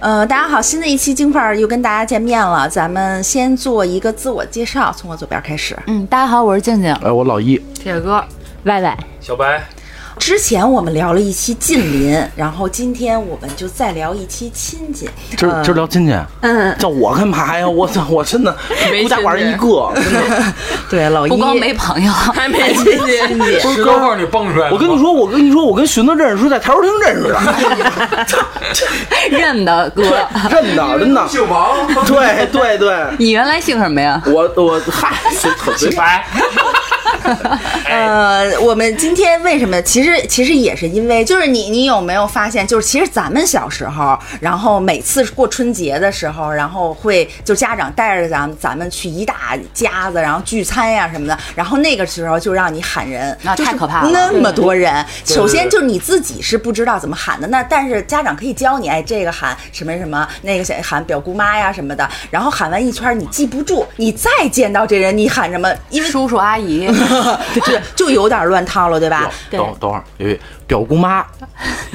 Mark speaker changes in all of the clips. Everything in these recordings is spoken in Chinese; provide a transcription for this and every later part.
Speaker 1: 呃，大家好，新的一期京范儿又跟大家见面了，咱们先做一个自我介绍，从我左边开始。
Speaker 2: 嗯，大家好，我是静静，
Speaker 3: 哎，我老一，
Speaker 4: 铁哥，
Speaker 2: 外外，
Speaker 5: 小白，
Speaker 1: 之前我们聊了一期近邻，然后今天我们就再聊一期亲近。
Speaker 3: 今儿今儿聊亲戚，嗯，叫我干嘛呀？我操，我真的
Speaker 4: 没
Speaker 3: 孤家寡人一个，真的。
Speaker 1: 对，老一
Speaker 2: 不光没朋友，
Speaker 4: 还没进去，
Speaker 5: 不是刚让你蹦出来的吗
Speaker 3: 我跟你，说，我跟你说，我跟寻子认识是在台球厅认识的，
Speaker 2: 认的哥，
Speaker 3: 真的真的。
Speaker 5: 姓 王，
Speaker 3: 对对对，
Speaker 2: 你原来姓什么呀？
Speaker 3: 我我嗨，随随便
Speaker 5: 白，
Speaker 1: 呃，我们今天为什么？其实其实也是因为，就是你你有没有发现，就是其实咱们小时候，然后每次过春节的时候，然后会就家长带着咱们咱们去一大家子，然后聚餐呀什么的，然后那个时候就让你喊人，
Speaker 2: 那
Speaker 1: 就是
Speaker 2: 太可怕了
Speaker 1: 那么多人，
Speaker 5: 对
Speaker 1: 首先就是你自己是不知道怎么喊的，那但是家长可以教你，哎，这个喊什么什么，那个谁喊表姑妈呀什么的，然后喊完一圈儿你记不住，你再见到这人你喊什么，因为
Speaker 2: 叔叔阿姨，
Speaker 1: 对，就有点乱套了，对吧？
Speaker 2: 对
Speaker 3: 等等会儿，有一表姑妈，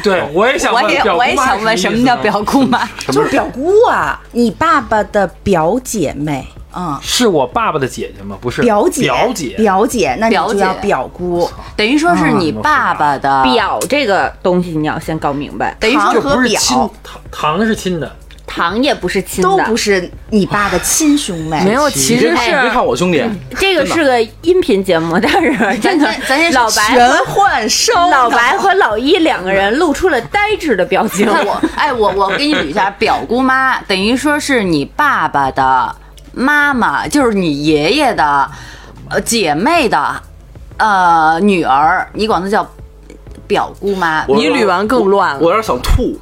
Speaker 5: 对我也想
Speaker 2: 我
Speaker 5: 问，
Speaker 2: 也
Speaker 5: 表姑
Speaker 2: 我也
Speaker 5: 妈
Speaker 2: 想问
Speaker 5: 是
Speaker 2: 什
Speaker 5: 意思
Speaker 2: 么叫
Speaker 5: 呢
Speaker 2: 表姑妈？
Speaker 1: 就是表姑啊，你爸爸的表姐妹，嗯，
Speaker 5: 是我爸爸的姐姐吗？不是，
Speaker 1: 表姐，
Speaker 5: 表姐，
Speaker 1: 表姐，那你
Speaker 2: 表
Speaker 1: 就
Speaker 2: 姐
Speaker 1: 叫表姑，
Speaker 2: 等于说
Speaker 5: 嗯
Speaker 2: 是你爸爸的，
Speaker 6: 表这个东西你要先搞明白，
Speaker 2: 等于
Speaker 1: 堂
Speaker 2: 说
Speaker 5: 这
Speaker 1: 和
Speaker 5: 不是
Speaker 1: 表
Speaker 5: 亲，堂堂是亲的，
Speaker 6: 糖也不是亲的，
Speaker 1: 都不是你爸的亲兄
Speaker 2: 哎
Speaker 1: 妹，
Speaker 4: 没有，其实
Speaker 3: 你别别
Speaker 4: 是嗯
Speaker 3: 看我兄弟，
Speaker 6: 这个是个音频节目，但是真的
Speaker 2: 咱咱先
Speaker 6: 老白
Speaker 1: 全换收呢
Speaker 6: 老白和老一两个人露出了呆滞的表情。
Speaker 2: 我哎，我我给你捋一下，表姑妈等于说是你爸爸的妈妈，就是你爷爷的呃姐妹的呃女儿，你管她叫表姑妈。
Speaker 3: 我
Speaker 4: 你捋完更乱
Speaker 3: 我
Speaker 4: 了。
Speaker 3: 有点想吐。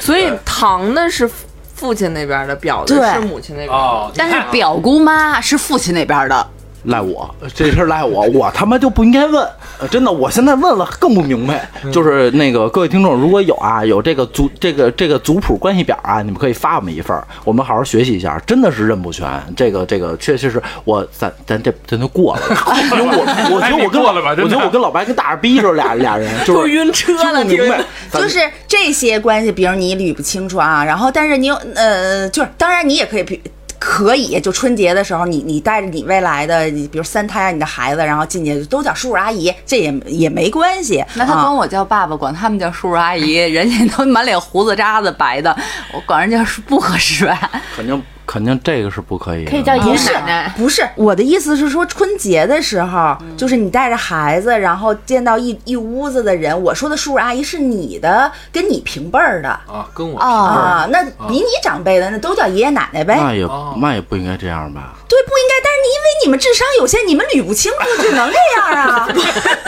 Speaker 4: 所以堂呢是父亲那边的，表
Speaker 1: 对
Speaker 4: 的是母亲那边的。
Speaker 5: 哦，
Speaker 2: 但是表姑妈是父亲那边的，
Speaker 3: 赖我，这事儿赖我， 我他妈就不应该问，呃真的，我现在问了更不明白。
Speaker 5: 嗯
Speaker 3: 就是那个各位听众，如果有啊，有这个族这个这个族谱关系表啊，你们可以发我们一份儿，我们好好学习一下，真的是认不全。这个这个确实是我咱咱这咱就 过了，因为我我觉得我跟
Speaker 5: 过了吧真的
Speaker 3: 我觉得我跟老白跟大耳逼似的俩俩人， 就是
Speaker 4: 都晕车了
Speaker 3: 听不明白
Speaker 4: 听着，
Speaker 3: 咱
Speaker 1: 就是这些关系，比如你捋不清楚啊，然后但是你有呃，就是当然你也可以比。可以，就春节的时候，你你带着你未来的，你比如三胎啊，你的孩子，然后进去都叫叔叔阿姨，这也也没关系。
Speaker 2: 那他
Speaker 1: 啊
Speaker 2: 管我叫爸爸，管他们叫叔叔阿姨，人家都满脸胡子渣子白的，我管人家是不合适吧？
Speaker 3: 肯定肯定这个是不可以的，
Speaker 6: 可以叫
Speaker 4: 哦
Speaker 1: 不
Speaker 6: 爷
Speaker 1: 是
Speaker 4: 啊
Speaker 6: 奶奶，
Speaker 1: 不是，我的意思是说，春节的时候，
Speaker 5: 嗯
Speaker 1: 就是你带着孩子，然后见到一一屋子的人。我说的叔叔阿姨是你的，跟你平辈儿的
Speaker 5: 啊，跟我
Speaker 1: 啊，那
Speaker 5: 啊
Speaker 1: 比你长辈的那都叫爷爷奶奶呗。
Speaker 3: 那也
Speaker 5: 哦
Speaker 3: 那也不应该这样吧？
Speaker 1: 对，不应该。但是你因为你们智商有限，你们捋不清楚，只能这样 啊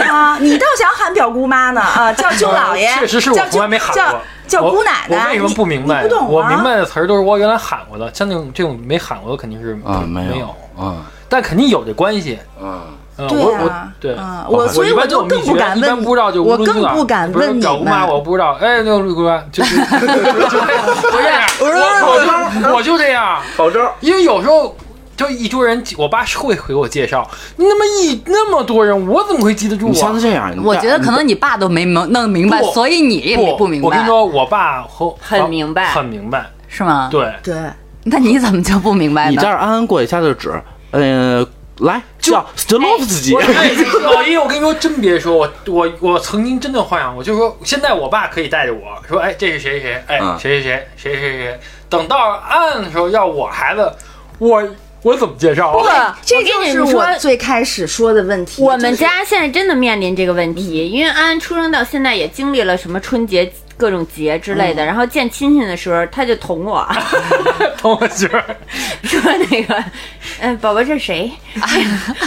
Speaker 1: 啊！你倒想喊表姑妈呢啊，叫舅姥爷，
Speaker 5: 呃确实是我
Speaker 1: 叫舅
Speaker 5: 从来没喊过
Speaker 1: 叫。叫
Speaker 5: 我
Speaker 1: 姑奶奶。
Speaker 5: 我为什么
Speaker 1: 你
Speaker 5: 不明白？
Speaker 1: 你不懂啊
Speaker 5: 我明白的词儿都是我原来喊过的，像那种这种没喊过的肯定是
Speaker 3: 啊，
Speaker 5: 没
Speaker 3: 有，
Speaker 5: 有，
Speaker 3: 嗯
Speaker 5: 但肯定有这关系。
Speaker 3: 嗯。
Speaker 5: 嗯，
Speaker 1: 对
Speaker 5: 我
Speaker 1: 啊
Speaker 5: 我，对
Speaker 1: 啊，
Speaker 3: 我
Speaker 1: 我所以
Speaker 5: 一般
Speaker 1: 就
Speaker 5: 都
Speaker 1: 更不敢
Speaker 5: 一般
Speaker 1: 问你，
Speaker 5: 不知道就
Speaker 1: 我
Speaker 5: 乌噜噜
Speaker 1: 更
Speaker 5: 啊
Speaker 1: 不敢
Speaker 5: 比如说
Speaker 1: 问你
Speaker 5: 表姑妈，
Speaker 1: 们。
Speaker 5: 我不知道，哎，那个姑妈就 是就这样，我我我就这样，
Speaker 3: 保证
Speaker 5: 因为有时候。就一桌人，我爸是会给我介绍，那么一那么多人，我怎么会记得住
Speaker 3: 你下
Speaker 5: 啊
Speaker 3: 次？这样，你
Speaker 2: 我
Speaker 3: 带
Speaker 2: 觉得可能你爸都没弄弄明白，
Speaker 5: 不
Speaker 2: 所以你也没不明
Speaker 5: 我跟你
Speaker 2: 白，
Speaker 5: 说，我爸和
Speaker 6: 很明白
Speaker 5: 很明白，
Speaker 2: 是吗？，
Speaker 5: 对，
Speaker 1: 对，
Speaker 2: 那你怎么就不明白
Speaker 3: 你
Speaker 2: 呢
Speaker 3: 在这？儿安安过一下就指，呃，来
Speaker 5: 就
Speaker 3: 叫 s t l o v 自己
Speaker 5: 我。哎，老爷，我跟你说，真别说，我我我曾经真的幻想过，就是说，现在我爸可以带着我说，哎，这是谁谁谁，哎
Speaker 3: 嗯，
Speaker 5: 谁谁谁谁谁谁，等到按的时候要我孩子，我我怎么介绍啊？
Speaker 1: 这
Speaker 6: 我跟
Speaker 1: 就
Speaker 6: 你
Speaker 1: 是
Speaker 6: 们
Speaker 1: 我
Speaker 6: 说
Speaker 1: 最开始说的问题。
Speaker 6: 我
Speaker 1: 就
Speaker 6: 们
Speaker 1: 是
Speaker 6: 家现在真的面临这个问题，因为安安出生到现在也经历了什么春节各种节之类
Speaker 4: 嗯
Speaker 6: 的，然后见亲戚的时候他就捅 我，
Speaker 5: 同学，
Speaker 6: 说那个，嗯，宝宝这是 谁？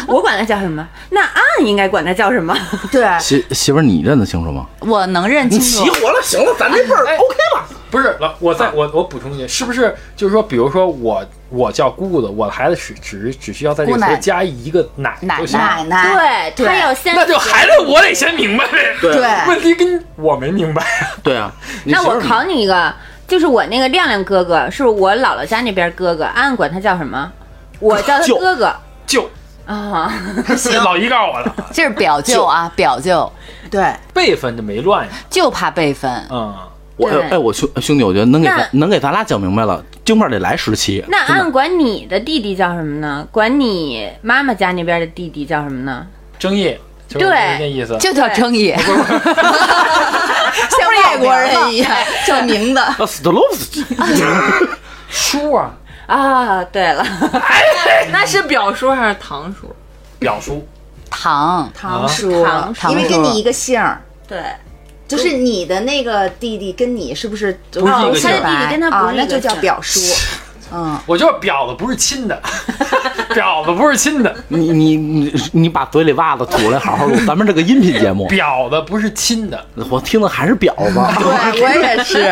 Speaker 6: 我管他叫什么？那安应该管他叫什 么？
Speaker 1: 对，
Speaker 3: 媳媳妇儿，你认得清楚吗？
Speaker 2: 我能认清楚，
Speaker 3: 活了，行了，咱这辈儿 OK 了。
Speaker 5: 不是老，我再我我补充一句，是不是就是说，比如说我我叫姑姑的，我的孩子只只只需要在这个
Speaker 2: 姑
Speaker 5: 词儿
Speaker 2: 奶
Speaker 5: 加一个奶
Speaker 2: 奶
Speaker 5: 就行
Speaker 1: 奶
Speaker 5: 了，
Speaker 1: 奶，
Speaker 4: 哎
Speaker 6: 对，他要先
Speaker 5: 那就孩子我得先明白呗。
Speaker 3: 对
Speaker 5: 问题跟我没明白啊，
Speaker 3: 对啊，你
Speaker 6: 那
Speaker 3: 媳妇
Speaker 6: 我
Speaker 3: 儿
Speaker 6: 考你一个，就是我那个亮亮哥哥，是我姥姥家那边哥哥，安安管他叫什么？我叫他
Speaker 3: 舅
Speaker 6: 哥哥
Speaker 5: 就
Speaker 6: 啊。
Speaker 5: 老姨告诉我的，
Speaker 2: 这是表舅啊，表舅
Speaker 1: 对，
Speaker 5: 辈分就没乱呀。
Speaker 2: 就怕辈分，
Speaker 5: 嗯，
Speaker 3: 我
Speaker 6: 对
Speaker 3: 哎，我兄兄弟，我觉得能给咱
Speaker 6: 那
Speaker 3: 能给咱俩讲明白了，京范儿得来十期。
Speaker 6: 那按管你的弟弟叫什么呢？管你妈妈家那边的弟弟叫什么呢？
Speaker 5: 争议，就是
Speaker 6: 对
Speaker 5: 那意思。
Speaker 2: 就叫争议。
Speaker 1: 像外国人一样叫名字。
Speaker 3: 啊，斯特洛夫斯基，
Speaker 5: 叔啊，
Speaker 6: 啊，对了，
Speaker 4: 那是表叔还是堂叔？
Speaker 5: 表叔，
Speaker 2: 糖，
Speaker 1: 堂叔
Speaker 6: 堂叔
Speaker 1: 因为跟你一个姓儿，
Speaker 6: 对，
Speaker 1: 就是你的那个弟弟跟你是不是不
Speaker 5: 是一个姓
Speaker 6: 他
Speaker 5: 儿
Speaker 6: 的弟弟跟他不
Speaker 1: 啊
Speaker 6: 是，一
Speaker 1: 那
Speaker 6: 个
Speaker 1: 就叫
Speaker 6: 姓
Speaker 1: 表 叔。嗯，
Speaker 5: 我就是婊子，不是亲的， 婊子不是亲的，
Speaker 3: 你你你你把嘴里袜子吐来，好好录。咱们这个音频节目，
Speaker 5: 婊子不是亲的。
Speaker 3: 我听的还是婊子。
Speaker 1: 对我也是。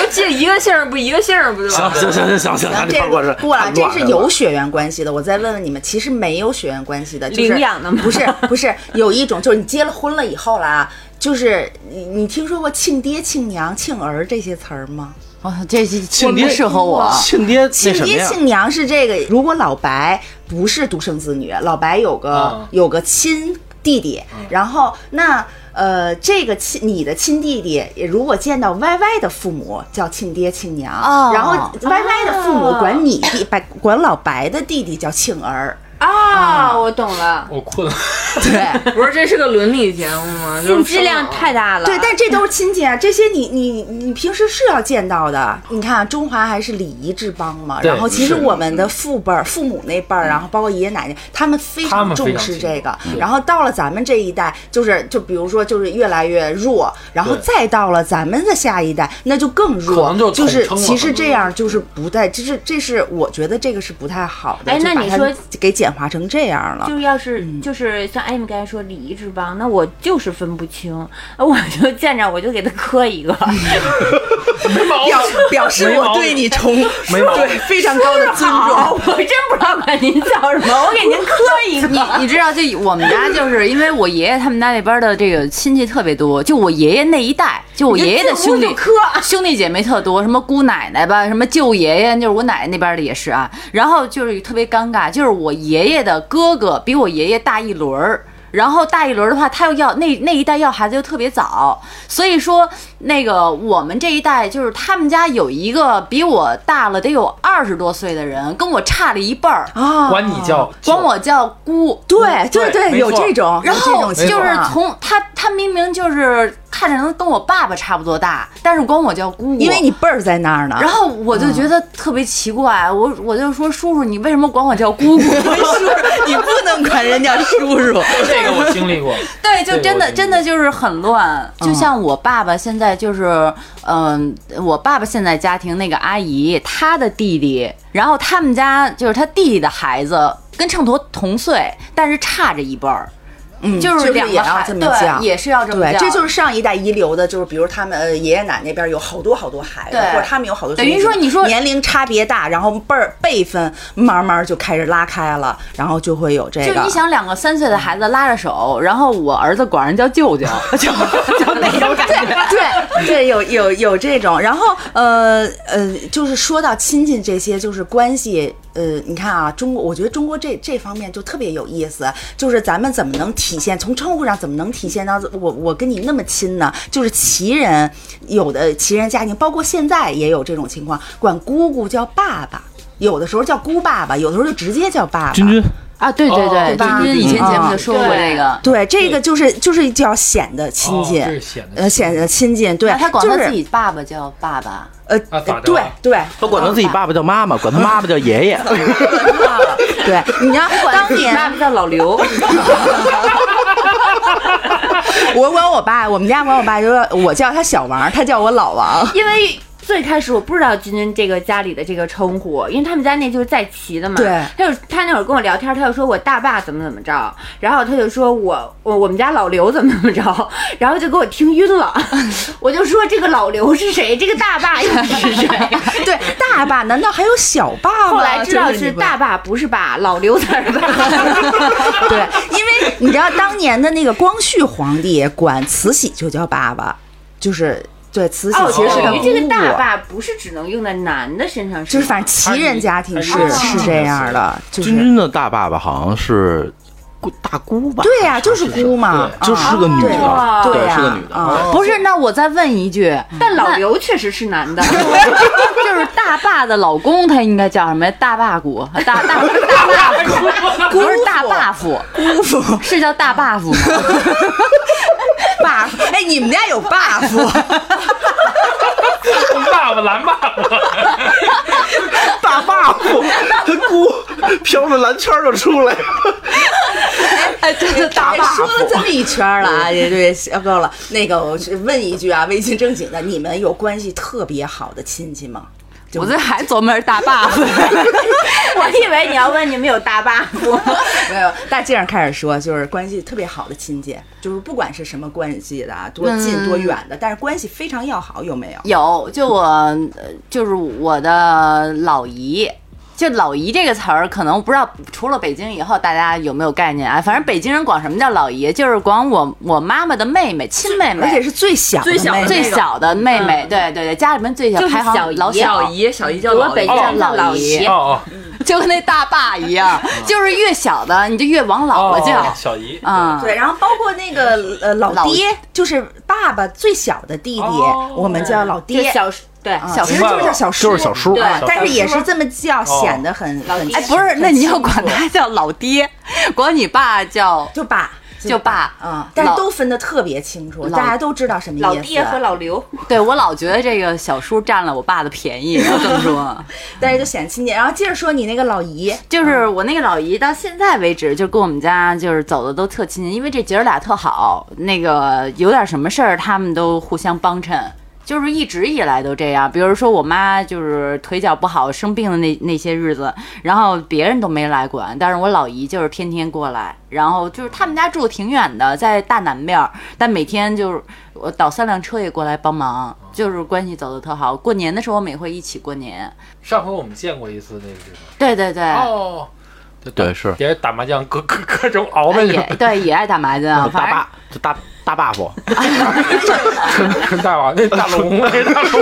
Speaker 4: 就记一个姓儿不一个姓儿不就完
Speaker 3: 行行行
Speaker 4: 了？
Speaker 3: 行行行，咱
Speaker 1: 这
Speaker 3: 这八卦是
Speaker 1: 个不了，
Speaker 3: 太
Speaker 1: 这
Speaker 3: 乱啊
Speaker 1: 是
Speaker 3: 了
Speaker 1: 有血缘关系的。我再问问你们，其实没有血缘关系的，就是
Speaker 6: 领养的吗
Speaker 1: 不是不是，有一种就是你结了婚了以后啦，就是你你听说过亲爹、亲娘、亲儿这些词儿吗？
Speaker 2: 哇，这这这
Speaker 3: 亲爹
Speaker 2: 不适合我。
Speaker 3: 亲爹那
Speaker 1: 亲
Speaker 3: 什么
Speaker 1: 爹
Speaker 3: 呀？
Speaker 1: 亲娘是这个。如果老白不是独生子女，老白有个、
Speaker 5: 啊
Speaker 1: 有个亲弟弟，
Speaker 3: 啊
Speaker 1: 然后那呃，这个亲你的亲弟弟也如果见到 Y Y 的父母叫亲爹亲娘，
Speaker 2: 哦
Speaker 1: 然后 Y Y 的父母管你弟白管老白的弟弟叫庆儿。
Speaker 6: 啊，我懂了，
Speaker 5: 我困了，
Speaker 2: 对，
Speaker 4: 不是，这是个伦理节目吗？就
Speaker 6: 信
Speaker 4: 是
Speaker 6: 息量太大了。
Speaker 1: 对，但这都是亲戚啊， 这些你你你平时是要见到的。你看啊，中华还是礼仪之邦嘛。
Speaker 5: 对
Speaker 1: 然后其实
Speaker 5: 是
Speaker 1: 我们的父辈儿、父母那辈儿，然后包括爷爷奶奶，他们非
Speaker 5: 他
Speaker 1: 常
Speaker 5: 们非
Speaker 1: 重
Speaker 5: 常
Speaker 1: 视
Speaker 5: 清楚
Speaker 1: 这个。然后到了咱们这一代，就是就比如说就是越来越弱，然后
Speaker 5: 对
Speaker 1: 再到了咱们的下一代，那就更
Speaker 5: 可
Speaker 1: 弱。
Speaker 5: 能就
Speaker 1: 就是
Speaker 5: 统称了
Speaker 1: 其实这样就是不太，这是这是我觉得这个是不太好的。
Speaker 6: 哎
Speaker 1: 就
Speaker 6: 那
Speaker 1: 把
Speaker 6: 你
Speaker 1: 它
Speaker 6: 说
Speaker 1: 给简化成这样了
Speaker 6: 就，是要是就是像艾米刚才说礼仪之邦，那我就是分不清，我就见着我就给他磕一个，哦
Speaker 5: 没毛病
Speaker 1: 表。表示
Speaker 5: 没毛
Speaker 1: 我
Speaker 5: 病
Speaker 1: 对你崇
Speaker 5: 没毛病
Speaker 1: 对非常高的尊重。
Speaker 6: 好，我真不知道管您叫什么，我给您磕 一
Speaker 2: 你
Speaker 6: 个。
Speaker 2: 你知道，就我们家就是因为我爷爷他们家那边的这个亲戚特别多，就我爷爷那一代，就我爷爷的兄
Speaker 6: 你
Speaker 2: 弟
Speaker 6: 就进屋就磕
Speaker 2: 兄弟姐妹特多，什么姑奶奶吧，什么舅爷爷，就是我奶奶那边的也是啊。然后就是特别尴尬，就是我爷爷的哥哥比我爷爷大一轮儿。然后大一轮儿的话，他又要那那一代要孩子又特别早，所以说那个我们这一代就是他们家有一个比我大了得有二十多岁的人，跟我差了一辈儿，
Speaker 1: 啊，
Speaker 5: 管你叫，
Speaker 2: 管我叫姑，
Speaker 1: 对对
Speaker 5: 对
Speaker 1: 对，
Speaker 5: 没
Speaker 1: 有
Speaker 5: 错
Speaker 1: 这种，
Speaker 2: 然
Speaker 1: 有这
Speaker 2: 后
Speaker 1: 种情
Speaker 2: 就
Speaker 1: 况啊
Speaker 2: 是从他，他明明就是看着能跟我爸爸差不多大，但是管我叫姑姑，
Speaker 1: 因为你辈儿在那儿呢，
Speaker 2: 然后我就觉得特别奇怪，我我就说叔叔，你为什么管我叫姑 姑？
Speaker 1: 叔，你不能管人家叔叔。
Speaker 5: 这个我经历过，
Speaker 2: 对，就真的
Speaker 5: 对我
Speaker 2: 真的就是很乱，
Speaker 1: 嗯
Speaker 2: 就像我爸爸现在就是，嗯、我爸爸现在家庭那个阿姨，她的弟弟，然后他们家就是他弟弟的孩子，跟秤砣同岁，但是差着一辈儿，
Speaker 1: 嗯，
Speaker 2: 就是两
Speaker 1: 也
Speaker 2: 个
Speaker 1: 要
Speaker 2: 孩
Speaker 1: 这
Speaker 2: 子，
Speaker 1: 么
Speaker 2: 对，
Speaker 1: 讲，
Speaker 2: 也是要这么
Speaker 1: 对
Speaker 2: 叫，，
Speaker 1: 这就是上一代遗留的，就是比如他们呃爷爷奶奶那边有好多好多孩子，
Speaker 2: 对
Speaker 1: 或者他们有好多
Speaker 2: 等于
Speaker 1: 兄弟姐妹
Speaker 2: 说你说
Speaker 1: 年龄差别大，然后辈儿辈分慢慢就开始拉开了，然后就会有这
Speaker 2: 就是
Speaker 1: 个
Speaker 2: 你。想两个三岁的孩子拉着手，然后我儿子管人叫 舅舅，就就那种感觉。
Speaker 1: 对对，有有有这种，然后呃呃，就是说到亲戚这些，就是关系，呃，你看啊，中国，我觉得中国这这方面就特别有意思，就是咱们怎么能体现从称呼上怎么能体现到我我跟你那么亲呢？就是旗人，有的旗人家庭，包括现在也有这种情况，管姑姑叫爸爸。有的时候叫姑爸爸，有的时候就直接叫爸爸。
Speaker 3: 君君，
Speaker 2: 啊，对对
Speaker 5: 哦
Speaker 2: 对，
Speaker 1: 吧
Speaker 2: 君君以前节目就说过这个。
Speaker 1: 哦对，这个就是就是就要显得亲
Speaker 5: 哦
Speaker 1: 近，
Speaker 5: 这是显得
Speaker 1: 呃显得亲近。对，
Speaker 2: 那他管
Speaker 1: 就
Speaker 2: 他
Speaker 1: 是
Speaker 2: 自己爸爸叫爸爸，
Speaker 1: 呃
Speaker 5: 啊咋着
Speaker 1: 对
Speaker 5: 了
Speaker 1: 对，
Speaker 3: 他管他自己爸爸叫妈妈，管他妈妈叫爷 爷。
Speaker 1: 对，你知道当年
Speaker 6: 爸爸叫老刘，
Speaker 1: 我管我爸，我们家管我爸就叫我叫他小王，他叫我老王。
Speaker 6: 因为最开始我不知道君君这个家里的这个称呼，因为他们家那就是在齐的嘛。
Speaker 1: 对
Speaker 6: 他就他那会儿跟我聊天，他就说我大爸怎么怎么着，然后他就说我我我们家老刘怎么怎么着，然后就给我听晕了， 我就说这个老刘是谁，这个大爸又是谁？
Speaker 1: 对，大爸难道还有小爸吗？
Speaker 6: 后来知道
Speaker 1: 啊就是是
Speaker 6: 大爸不是爸，老刘才是爸。
Speaker 1: 你对，因为你知道当年的那个光绪皇帝管慈禧就叫爸爸，就是对慈禧
Speaker 6: 哦，
Speaker 1: 其实是
Speaker 6: 等
Speaker 1: 个啊
Speaker 6: 于这
Speaker 1: 姑
Speaker 6: 个
Speaker 1: 姑
Speaker 6: 大爸不是只能用在男的身上，
Speaker 1: 就是反正旗人家庭是
Speaker 5: 他是
Speaker 1: 是这样的，就
Speaker 3: 君
Speaker 1: 是
Speaker 3: 君的大爸爸好像是姑大姑吧？
Speaker 1: 对呀、就是姑嘛，
Speaker 3: 对就是个女
Speaker 6: 哦
Speaker 1: 啊
Speaker 3: 的，
Speaker 1: 对
Speaker 3: 对，
Speaker 1: 呀
Speaker 3: 是个女的。
Speaker 1: 啊
Speaker 2: 不是，那我再问一句，
Speaker 1: 嗯
Speaker 6: 但老刘确实是男 的，
Speaker 2: 就是大坝的老公，他应该叫什么呀？大坝骨，大大 大坝骨，不是大坝夫，
Speaker 1: 姑父
Speaker 2: 是叫大坝夫吗？
Speaker 1: buff，哎，你们家有 buff
Speaker 5: 爸爸蓝爸爸，
Speaker 3: 大 buff，他姑飘着蓝圈就出来了。
Speaker 2: 哎，对对，大
Speaker 1: 哎说了这么一圈了啊，也对，够了。那个，我去问一句啊，微信正经的，你们有关系特别好的亲戚吗？
Speaker 2: 我这还琢磨着大坝夫，
Speaker 6: 我以为你要问你们有大 buff，
Speaker 1: 没有，大街上开始说，就是关系特别好的亲戚，就是不管是什么关系的啊，多近
Speaker 2: 嗯
Speaker 1: 多远的，但是关系非常要好，有没有？
Speaker 2: 有，就我呃就是我的老姨。就“老姨”这个词儿，可能不知道除了北京以后，大家有没有概念啊？反正北京人管什么叫老姨，就是管我我妈妈的妹妹、亲妹妹，
Speaker 1: 而且是最小的
Speaker 4: 最小的
Speaker 1: 妹妹嗯
Speaker 2: 最
Speaker 4: 那个
Speaker 2: 小的妹妹，对对对，家里面最小，
Speaker 6: 就是
Speaker 2: 排
Speaker 6: 小
Speaker 2: 行
Speaker 6: 姨
Speaker 2: 老
Speaker 4: 小姨小姨叫老
Speaker 6: 北
Speaker 4: 姨
Speaker 6: 京
Speaker 5: 哦
Speaker 6: 叫老姨，
Speaker 5: 哦哦，
Speaker 2: 就跟那大坝一样，
Speaker 1: 嗯
Speaker 2: 就是越小的你就越往老了
Speaker 5: 哦
Speaker 2: 叫，
Speaker 5: 小姨，
Speaker 2: 啊。
Speaker 1: 对，然后包括那个呃老
Speaker 2: 老
Speaker 1: 爹，就是爸爸最小的弟弟，
Speaker 5: 哦
Speaker 1: 我们叫老
Speaker 6: 就
Speaker 1: 爹。
Speaker 6: 小对
Speaker 1: 啊
Speaker 2: 小
Speaker 1: 其实
Speaker 5: 叔
Speaker 1: 就是叫小叔，
Speaker 3: 就是小叔哦
Speaker 1: 对
Speaker 5: 小，
Speaker 1: 但是
Speaker 5: 叔
Speaker 1: 也是这么叫，显得很很
Speaker 2: 哎，不是，
Speaker 1: 很
Speaker 2: 那你要
Speaker 1: 清
Speaker 2: 管
Speaker 1: 楚
Speaker 2: 他叫老爹，管你爸叫
Speaker 1: 就爸
Speaker 2: 就爸
Speaker 1: 啊，但是
Speaker 2: 老
Speaker 1: 都分得特别清楚，
Speaker 2: 老
Speaker 1: 大家都知道什么意思。
Speaker 6: 老爹和老刘，
Speaker 2: 对我老觉得这个小叔占了我爸的便宜，我这么说。
Speaker 1: 但是就显亲戚。然后接着说你那个老姨，
Speaker 2: 就是我那个老姨到现在为止，就跟我们家就是走的都特亲近，因为这姐儿俩特好，那个有点什么事儿他们都互相帮衬。就是一直以来都这样，比如说我妈就是腿脚不好生病的那那些日子，然后别人都没来管，但是我老姨就是天天过来，然后就是他们家住挺远的，在大南边儿，但每天就是我倒三辆车也过来帮忙，就是关系走的特好。过年的时候我们也会一起过年，
Speaker 5: 上回我们见过一次那个是吧？
Speaker 2: 对对对，
Speaker 5: 哦，
Speaker 3: 对，是
Speaker 5: 也是打麻将，各各各种熬
Speaker 2: 哎
Speaker 5: 着
Speaker 2: 也
Speaker 5: 呢，
Speaker 2: 对也爱打麻
Speaker 3: 大
Speaker 2: 将，反正
Speaker 3: 爸，就大大 buff，
Speaker 5: 跟大王那大龙那大龙，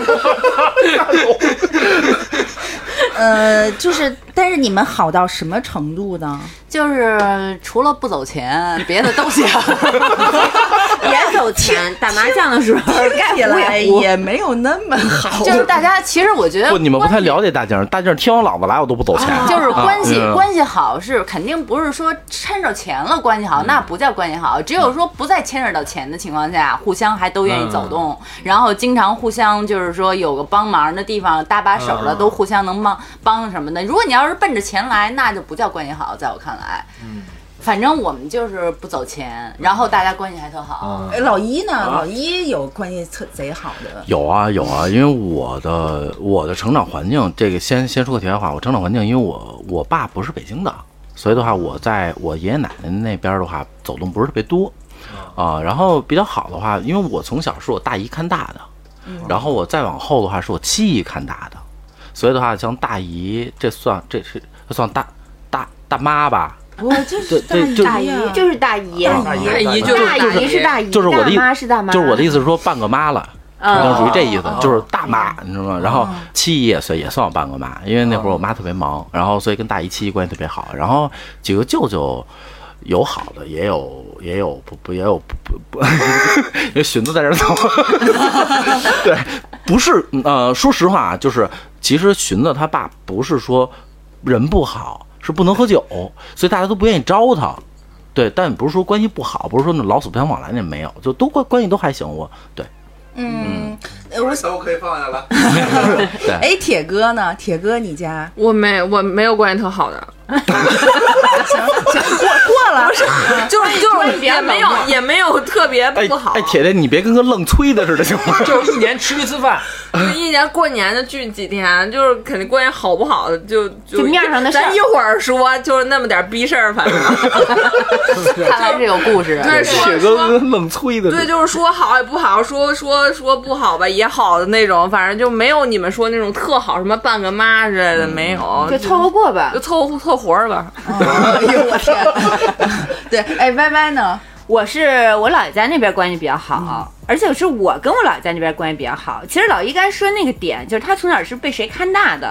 Speaker 1: 呃，就是，但是你们好到什么程度呢？
Speaker 2: 就是除了不走钱，别的 都行。
Speaker 6: 也走 钱，打麻将的时候
Speaker 1: 看起来也没有那么好，
Speaker 2: 就是大家，其实我觉得
Speaker 3: 不，你们不太了解大静儿，大静儿听我老子来，我都不走钱。
Speaker 2: 就是关系、
Speaker 3: 啊嗯
Speaker 2: 关系好是肯定不是说趁着钱了关系好，
Speaker 3: 嗯
Speaker 2: 那不叫关系好。只有说不再牵扯到钱的情况下，
Speaker 3: 嗯
Speaker 2: 互相还都愿意走动，然后经常互相就是说有个帮忙的地方，搭把手了、
Speaker 5: 嗯
Speaker 2: 都互相能帮帮什么的。如果你要是奔着钱来，那就不叫关系好，在我看来。
Speaker 5: 嗯
Speaker 2: 反正我们就是不走钱，然后大家关系还特好。
Speaker 5: 啊
Speaker 1: 哎老姨呢？老姨有关系特贼好的，
Speaker 3: 有啊有啊，因为我的我的成长环境，这个先先说个题外话，我成长环境，因为我我爸不是北京的，所以的话，我在我爷爷奶奶那边的话，走动不是特别多，啊、然后比较好的话，因为我从小是我大姨看大的，然后我再往后的话是我七姨看大的，所以的话，像大姨这算这是这算大大大妈吧，
Speaker 1: 我就
Speaker 3: 这
Speaker 1: 是
Speaker 3: 这这
Speaker 1: 大
Speaker 6: 大
Speaker 1: 姨
Speaker 6: 姨
Speaker 1: 啊，
Speaker 6: 就是大姨，
Speaker 5: 大姨
Speaker 4: 大姨就是
Speaker 6: 大姨是大姨，
Speaker 3: 就是我的意
Speaker 6: 大妈是大妈，
Speaker 3: 就是我的意思是说半个妈了。就
Speaker 6: 嗯，
Speaker 3: 属于这意思
Speaker 5: 哦，
Speaker 3: 就是大妈，你知道吗？然
Speaker 6: 哦
Speaker 3: 后七姨也算也算我半个妈，因为那会儿我妈特别忙，然后所以跟大姨、七姨关系特别好。然后几个舅舅有好的，也有也有不不也有不不不， 因为寻子在这儿走。 对，不是呃，说实话啊，就是其实寻子他爸不是说人不好，是不能喝酒，所以大家都不愿意招他。对，但不是说关系不好，不是说那老死不相往来那没有，就都关关系都还行。我对，
Speaker 1: 嗯，呃我
Speaker 7: 都可以放下了。
Speaker 1: 哎，铁哥呢？铁哥，你家
Speaker 4: 我没我没有关系特好的，
Speaker 1: 行行过过了，
Speaker 4: 就是就是也没有也没有特别
Speaker 3: 哎
Speaker 4: 不好
Speaker 3: 哎，，铁铁，你别跟个愣催的似的，行吗？
Speaker 5: 就是一年吃一次饭，
Speaker 4: 就一年过年就聚几天，就是肯定过年好不好的就就
Speaker 6: 就面上的事儿
Speaker 4: 咱一会儿说，就是那么点逼事儿，反正
Speaker 2: 看来是有故事。
Speaker 4: 对
Speaker 3: 铁
Speaker 4: 说
Speaker 3: 哥
Speaker 4: 说。
Speaker 3: 跟愣催的似
Speaker 4: 对，
Speaker 3: 的。
Speaker 4: 就是说好也不好，说说说不好吧也好的那种，反正就没有你们说那种特好，什么半个妈之类的没有，
Speaker 6: 就凑合过吧
Speaker 4: 就。凑合凑活儿吧。
Speaker 1: 哎呦我天，对，哎，歪歪呢？嗯
Speaker 6: 我是我姥爷家那边关系比较好，而且是我跟我姥爷在那边关系比较好。其实老姨刚才说那个点，就是他从小是被谁看大的，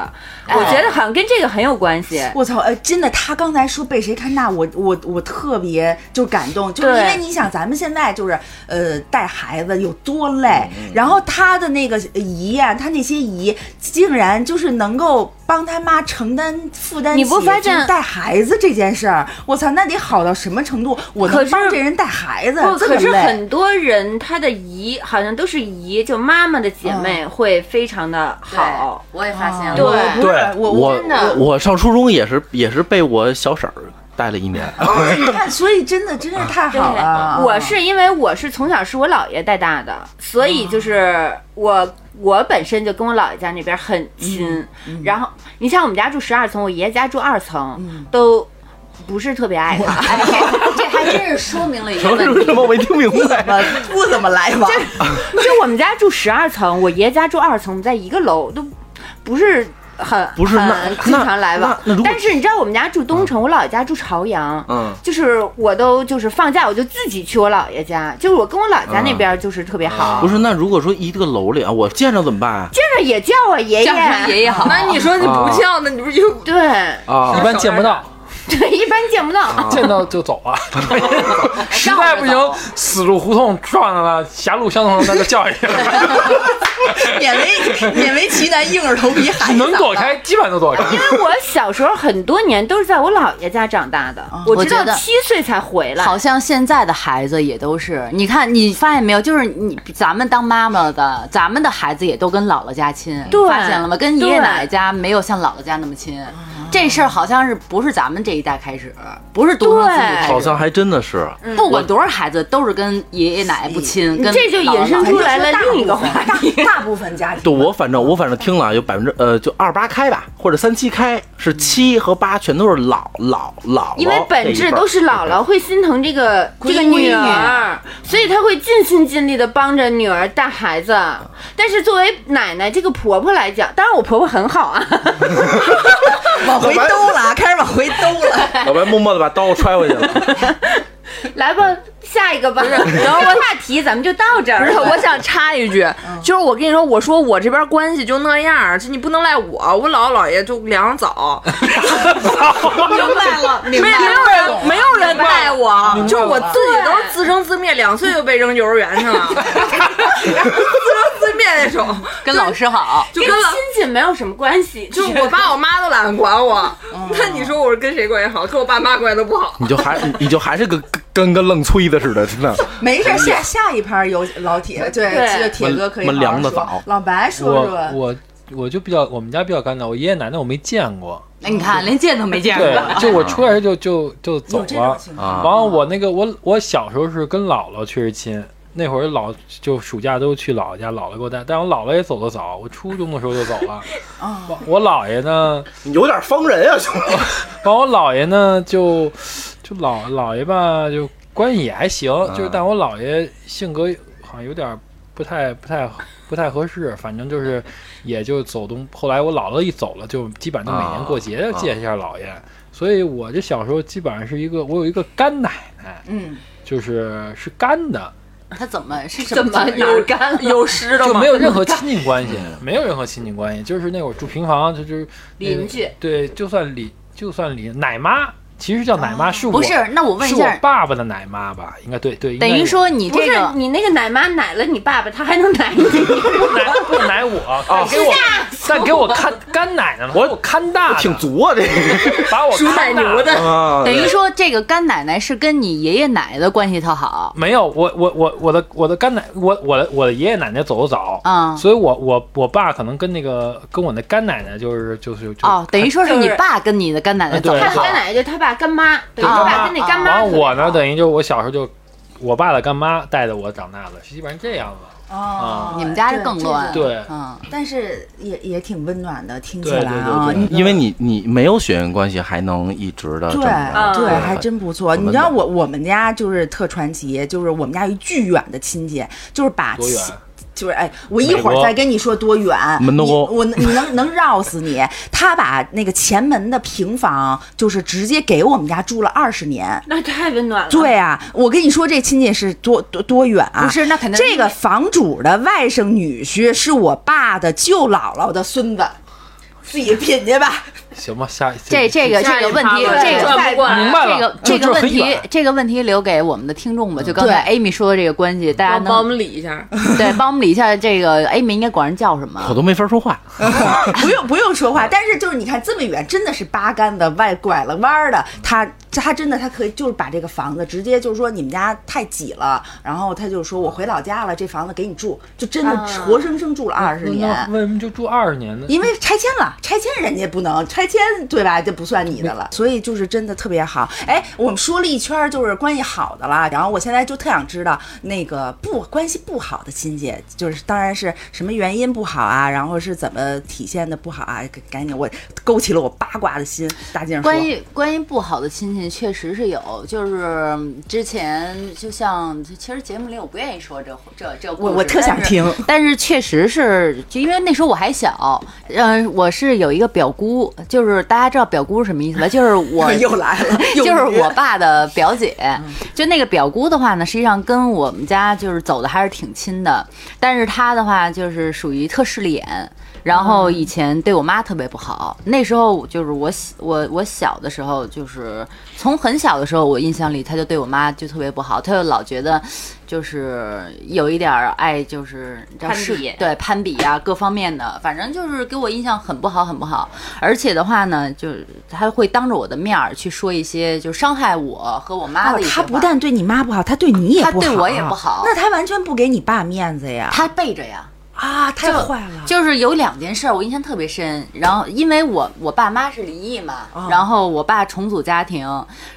Speaker 1: 哦
Speaker 6: 我觉得好像跟这个很有关系。
Speaker 1: 我操，呃，真的，他刚才说被谁看大，我我我特别就感动，就是因
Speaker 6: 对
Speaker 1: 为你想，咱们现在就是呃带孩子有多
Speaker 6: 嗯
Speaker 1: 累，然后他的那个呃姨呀、他那些姨竟然就是能够帮他妈承担负担起，
Speaker 6: 你不发现
Speaker 1: 就是带孩子这件事儿，我操，那得好到什么程度？我
Speaker 6: 可
Speaker 1: 能
Speaker 6: 是
Speaker 1: 帮这人带孩子，
Speaker 6: 不，
Speaker 1: 这
Speaker 6: 可
Speaker 1: 么
Speaker 6: 是
Speaker 1: 累
Speaker 6: 很多人他的姨好像都是姨，就妈妈的姐妹会非常的好。
Speaker 2: 我也发现了，
Speaker 1: 对
Speaker 6: 对
Speaker 1: 我不是嗯我
Speaker 3: 我
Speaker 1: 我
Speaker 3: 我我上初中也是也是被我小婶儿带了一年，
Speaker 1: 你看，所以真的真是太
Speaker 6: 对
Speaker 1: 好了。
Speaker 6: 我是因为我是从小是我姥爷带大的，所以
Speaker 1: 嗯
Speaker 6: 就是我我本身就跟我姥爷家那边很亲。
Speaker 1: 嗯
Speaker 6: 然后你像我们家住十二层，我爷爷家住二层，
Speaker 1: 嗯
Speaker 6: 都不是特别爱 他。
Speaker 2: 哎，这还真是说明了一
Speaker 3: 什
Speaker 2: 个
Speaker 3: 么
Speaker 2: 问
Speaker 3: 什么
Speaker 2: 题。
Speaker 3: 什么，我没听明 白。
Speaker 1: 我 不怎么来往，
Speaker 6: 就我们家住十二层，我爷爷家住二层，我们在一个楼，都不是很
Speaker 3: 不是那
Speaker 6: 很经常来往
Speaker 3: 那那那如。果
Speaker 6: 但是你知道我们家住东城，我姥爷家住朝阳，
Speaker 3: 嗯，
Speaker 6: 就是我都就是放假我就自己去我姥爷家，就是我跟我姥爷家那边就是特别好，
Speaker 3: 不是，那如果说一个楼里啊，我见着怎么办啊？
Speaker 6: 见着也叫我爷
Speaker 2: 叫声爷
Speaker 6: 爷。
Speaker 2: 爷好，
Speaker 4: 那你说你不叫，那你不就
Speaker 6: 对
Speaker 3: 啊
Speaker 5: 一般见不到，
Speaker 6: 对，一般见不
Speaker 3: 嗯
Speaker 6: 到。
Speaker 5: 见到就走啊。 实在不行，死路胡同撞上了，狭路相逢，那就叫 一声。
Speaker 1: 勉为勉为其难，硬着头皮喊一嗓
Speaker 5: 能
Speaker 1: 子。
Speaker 5: 躲开基本上都躲开。
Speaker 6: 因为我小时候很多年都是在我姥爷家长大的，
Speaker 2: 嗯我
Speaker 6: 我直
Speaker 2: 觉
Speaker 6: 到
Speaker 2: 得
Speaker 6: 七岁才回来。
Speaker 2: 好像现在的孩子也都是，你看，你发现没有？就是你咱们当妈妈的，咱们的孩子也都跟姥姥家亲，
Speaker 6: 对
Speaker 2: 发现了吗？跟爷爷
Speaker 6: 对
Speaker 2: 奶奶家没有像姥姥家那么亲。这事儿好像是不是咱们这一代开始，不是独生子女开始，
Speaker 3: 好像还真的是，
Speaker 2: 不管多少孩子都是跟爷爷奶奶不亲，跟
Speaker 6: 这就
Speaker 2: 姥姥
Speaker 6: 引申
Speaker 2: 姥
Speaker 6: 出
Speaker 2: 爷
Speaker 6: 来了另一个话
Speaker 1: 大
Speaker 6: 题。
Speaker 1: 大部分家庭，
Speaker 3: 对我反正我反正听了有百分之呃就二八开吧，或者三七开，是七和八全都是老老老，
Speaker 6: 因为本质都是姥姥会心疼这个这个女儿，所以她会尽心尽力的帮着女儿带孩子。但是作为奶奶这个婆婆来讲，当然我婆婆很好啊，
Speaker 1: 往回兜了，啊开始往回兜了。
Speaker 3: 老白默默的把刀揣回去了。
Speaker 6: 来吧，下一个吧。然后话题咱们就到这
Speaker 4: 不
Speaker 6: 儿
Speaker 4: 是，
Speaker 6: 了。
Speaker 4: 我想插一句，就是我跟你说，我说我这边关系就那样儿，就你不能赖我，我姥姥姥爷就两早，
Speaker 1: 哎明白了，
Speaker 4: 没
Speaker 1: 明
Speaker 4: 没有人没有人带我
Speaker 5: 明白，了
Speaker 4: 就是我自己都是自生自灭，两岁就被扔幼儿园去了，自生自灭那种，
Speaker 2: 跟老师好，
Speaker 4: 就
Speaker 6: 跟
Speaker 4: 跟老
Speaker 6: 亲戚没有什么关系，
Speaker 4: 就我爸我妈都懒得管我，那你说我是跟谁关系好？跟我爸妈关系都不好。
Speaker 3: 你就还你就还是个跟个愣催的似的，真的。
Speaker 1: 没事，下下一盘有老铁，对，
Speaker 6: 对
Speaker 1: 这个铁哥可以好
Speaker 3: 闷
Speaker 1: 好
Speaker 3: 凉得
Speaker 1: 说
Speaker 3: 早
Speaker 1: 老白说
Speaker 5: 我
Speaker 1: 说，
Speaker 5: 我我就比较，我们家比较干的，我爷爷奶奶我没见过，
Speaker 2: 那哎你看连见都没见过，
Speaker 5: 对，就我出来就就就走
Speaker 1: 有这种
Speaker 5: 了。
Speaker 1: 情
Speaker 3: 啊
Speaker 1: 况，
Speaker 5: 完了，我那个我我小时候是跟姥姥确实亲，那会儿老就暑假都去姥姥家，姥姥给我带，但我姥姥也走得早，我初中的时候就走 了。
Speaker 1: 哦
Speaker 5: 我我姥爷呢，
Speaker 3: 你有点方人啊，兄弟。
Speaker 5: 完我姥爷呢就就姥姥爷吧，就关系也还行，就是但我姥爷性格好像有点不太不太不太合适，反正就是也就走动。后来我姥姥一走了，就基本上就每年过节要见一下姥爷，所以我这小时候基本上是一个我有一个干奶奶，
Speaker 1: 嗯，
Speaker 5: 就是是干的，
Speaker 2: 他怎么是
Speaker 6: 怎么有干了？
Speaker 4: 有湿的
Speaker 5: 就
Speaker 4: 吗
Speaker 5: 没？有任何亲近关系，没有任何亲近关系，就是那会儿住平房，就就是
Speaker 6: 邻居，
Speaker 5: 对，就算邻就算邻奶妈，其实叫奶妈是我
Speaker 2: 不是？那我问
Speaker 5: 是
Speaker 2: 一
Speaker 5: 我
Speaker 2: 下，
Speaker 5: 爸爸的奶妈吧，应该对对，应该
Speaker 2: 等于
Speaker 5: 有
Speaker 2: 说你
Speaker 6: 不
Speaker 2: 这
Speaker 6: 是
Speaker 2: 个
Speaker 6: 你那个奶妈奶了你爸爸，他还能奶 你？
Speaker 5: 奶不奶 我啊，给我
Speaker 2: 哦
Speaker 5: 但给我看干奶奶嘛，
Speaker 3: 我
Speaker 5: 给我看大的，
Speaker 3: 挺足啊，这个
Speaker 5: 把我看大的。
Speaker 3: 啊
Speaker 2: 等于说这个干奶奶是跟你爷爷奶奶的关系特好，
Speaker 5: 没有，我我我我的我的干奶，我我的我的爷爷奶奶走的早，
Speaker 2: 嗯
Speaker 5: 所以我我我爸可能跟那个跟我那干奶奶就是就是就
Speaker 2: 哦，等于说是
Speaker 6: 就是
Speaker 2: 你爸跟你的干奶奶走
Speaker 5: 呃对
Speaker 6: 他的
Speaker 5: 好
Speaker 6: 干奶奶就他爸干妈，
Speaker 2: 哦
Speaker 6: 对
Speaker 5: 对
Speaker 6: 他爸
Speaker 5: 干
Speaker 6: 跟
Speaker 5: 妈
Speaker 6: 那干妈
Speaker 5: 然后
Speaker 6: 特别
Speaker 5: 我呢，
Speaker 6: 好
Speaker 5: 等于就是我小时候就我爸的干妈带着我长大的，基本上这样的。
Speaker 1: 哦，
Speaker 2: 你们家是更乱，
Speaker 1: 对，
Speaker 5: 啊对
Speaker 2: 嗯，
Speaker 1: 但是也也挺温暖的，听起
Speaker 5: 对
Speaker 1: 来啊，
Speaker 5: 对对
Speaker 1: 你
Speaker 3: 因为你你没有血缘关系，还能一直的
Speaker 1: 对
Speaker 3: 啊
Speaker 1: 对，还真不错。你知道我我们家就是特传奇，就是我们家有一巨远的亲戚，就是把
Speaker 5: 多远
Speaker 1: 亲就是哎，我一会
Speaker 5: 美
Speaker 1: 儿
Speaker 5: 国
Speaker 1: 再跟你说多远，
Speaker 3: 门头沟
Speaker 1: 你我能你能能绕死你。他把那个前门的平房，就是直接给我们家住了二十年。
Speaker 2: 嗯
Speaker 6: 那太温暖了。
Speaker 1: 对啊，我跟你说，这亲戚是多多多远啊？
Speaker 2: 不是那肯定
Speaker 1: 这个房主的外甥女婿是我爸的舅姥姥的孙子，自己品去吧。
Speaker 5: 行吧，下一次
Speaker 2: 这这个这
Speaker 4: 下一
Speaker 2: 个问题，
Speaker 4: 趴吧
Speaker 2: 这个
Speaker 4: 转不过来
Speaker 5: 明白
Speaker 2: 这
Speaker 5: 了
Speaker 2: 个，这
Speaker 5: 就
Speaker 2: 个
Speaker 5: 就
Speaker 2: 问
Speaker 5: 很
Speaker 2: 题
Speaker 5: 远，
Speaker 2: 这个问题留给我们的听众吧。就刚才 Amy 说的这个关系，大家
Speaker 4: 帮帮我
Speaker 2: 能
Speaker 4: 们理一下。
Speaker 2: 对帮我们理一下这个 Amy 应该管人叫什
Speaker 3: 我
Speaker 2: 么？
Speaker 3: 都没法说话。
Speaker 1: 不用不用说话，但是就是你看这么远，真的是八竿子外拐了弯儿的，他他真的他可以就是把这个房子直接就是说你们家太挤了，然后他就说我回老家了，这房子给你住，就真的
Speaker 6: 啊
Speaker 1: 活生生住了二十年。
Speaker 5: 那为什么就住二十年呢？
Speaker 1: 因为拆迁了，拆迁人家不能拆迁，对吧？这不算你的了，所以就是真的特别好。哎，我们说了一圈儿就是关系好的啦，然后我现在就特想知道那个不关系不好的亲戚，就是当然是什么原因不好啊，然后是怎么体现的不好啊？赶赶紧我勾起了我八卦的心，大静说
Speaker 2: 关于关于不好的亲戚确实是有，就是之前就像其实节目里我不愿意说这这这故
Speaker 1: 我
Speaker 2: 事
Speaker 1: 我特想
Speaker 2: 但是
Speaker 1: 听
Speaker 2: 但是确实是，就因为那时候我还小，嗯、我是有一个表姑，就是大家知道表姑是什么意思吧？就是我
Speaker 1: 又来了，又
Speaker 2: 就是
Speaker 1: 约嗯
Speaker 2: 我爸的表姐，就那个表姑的话呢，实际上跟我们家就是走的还是挺亲的，但是她的话就是属于特势利眼，然后以前对我妈特别不好。那时候就是我小我我小的时候，就是从很小的时候，我印象里她就对我妈就特别不好，她就老觉得就是有一点儿爱就是你知道
Speaker 6: 攀
Speaker 2: 是
Speaker 6: 比
Speaker 2: 对攀比啊各方面的，反正就是给我印象很不好很不好。而且的话呢，就是他会当着我的面儿去说一些就伤害我和我妈
Speaker 1: 啊
Speaker 2: 的一些话、
Speaker 1: 他不但对你妈不好，他对你也
Speaker 2: 他
Speaker 1: 不好，啊
Speaker 2: 对我也不好
Speaker 1: 那他完全不给你爸面子呀！
Speaker 2: 他背着呀。
Speaker 1: 啊，太
Speaker 2: 就
Speaker 1: 坏了。
Speaker 2: 就是有两件事儿我印象特别深，然后因为我我爸妈是离异嘛，然后我爸重组家庭，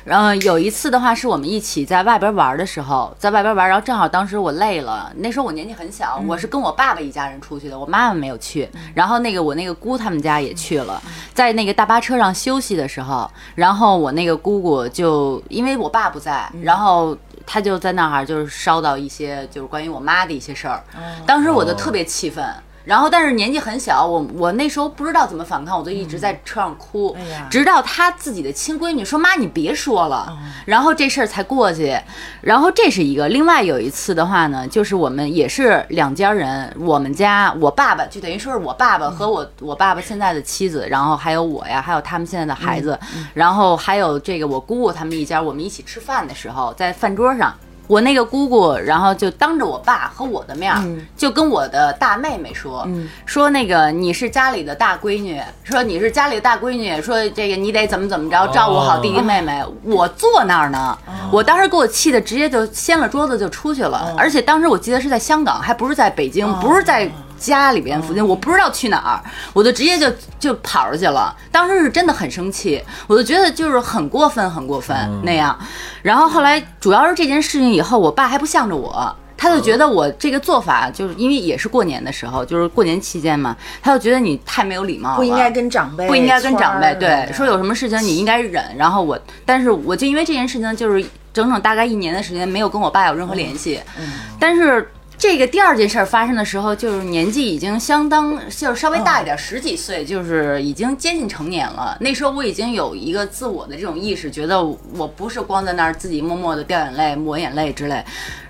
Speaker 2: 然后有一次的话是我们一起在外边玩儿的时候，在外边玩儿，然后正好当时我累了，那时候我年纪很小，我是跟我爸爸一家人出去的，我妈妈没有去，嗯然后那个我那个姑他们家也去了，在那个大巴车上休息的时候，然后我那个姑姑就因为我爸不在，然后。她就在那儿，就是烧到一些就是关于我妈的一些事儿，当时我就特别气愤。然后，但是年纪很小，我我那时候不知道怎么反抗，我就一直在车上哭，
Speaker 1: 哎呀
Speaker 2: 直到她自己的亲闺女说：“妈，你别说了。
Speaker 1: 嗯
Speaker 2: 然后这事儿才过去。然后这是一个，另外有一次的话呢，就是我们也是两家人，我们家我爸爸就等于说是我爸爸和我、我爸爸现在的妻子，然后还有我呀，还有他们现在的孩子，
Speaker 1: 嗯
Speaker 2: 然后还有这个我姑姑他们一家，我们一起吃饭的时候，在饭桌上。我那个姑姑，然后就当着我爸和我的面儿，就跟我的大妹妹说，说那个你是家里的大闺女，说你是家里的大闺女，说这个你得怎么怎么着照顾好弟
Speaker 1: 哦
Speaker 2: 弟妹妹。我坐那儿呢，我当时给我气的直接就掀了桌子就出去
Speaker 1: 哦
Speaker 2: 了，而且当时我记得是在香港，还不是在北京，不是在。家里
Speaker 1: 哦
Speaker 2: 边附近，我不知道去哪儿，我就直接就就跑出去了。当时是真的很生气，我就觉得就是很过分，很过分、
Speaker 1: 嗯
Speaker 2: 那样。然后后来主要是这件事情以后，我爸还不向着我。他就觉得我这个做法，就是因为也是过年的时候，就是过年期间嘛，他就觉得你太没有礼貌了，
Speaker 1: 不应该跟长辈，
Speaker 2: 不应该跟长
Speaker 1: 圈
Speaker 2: 辈
Speaker 1: 哎儿
Speaker 2: 对说有什么事情你应该忍。然后我，但是我就因为这件事情，就是整整大概一年的时间没有跟我爸有任何联系。
Speaker 1: 嗯
Speaker 2: 但是这个第二件事儿发生的时候，就是年纪已经相当，就是稍微大
Speaker 1: 嗯
Speaker 2: 一点，十几岁，就是已经接近成年了。那时候我已经有一个自我的这种意识，觉得我不是光在那儿自己默默的掉眼泪、抹眼泪之类。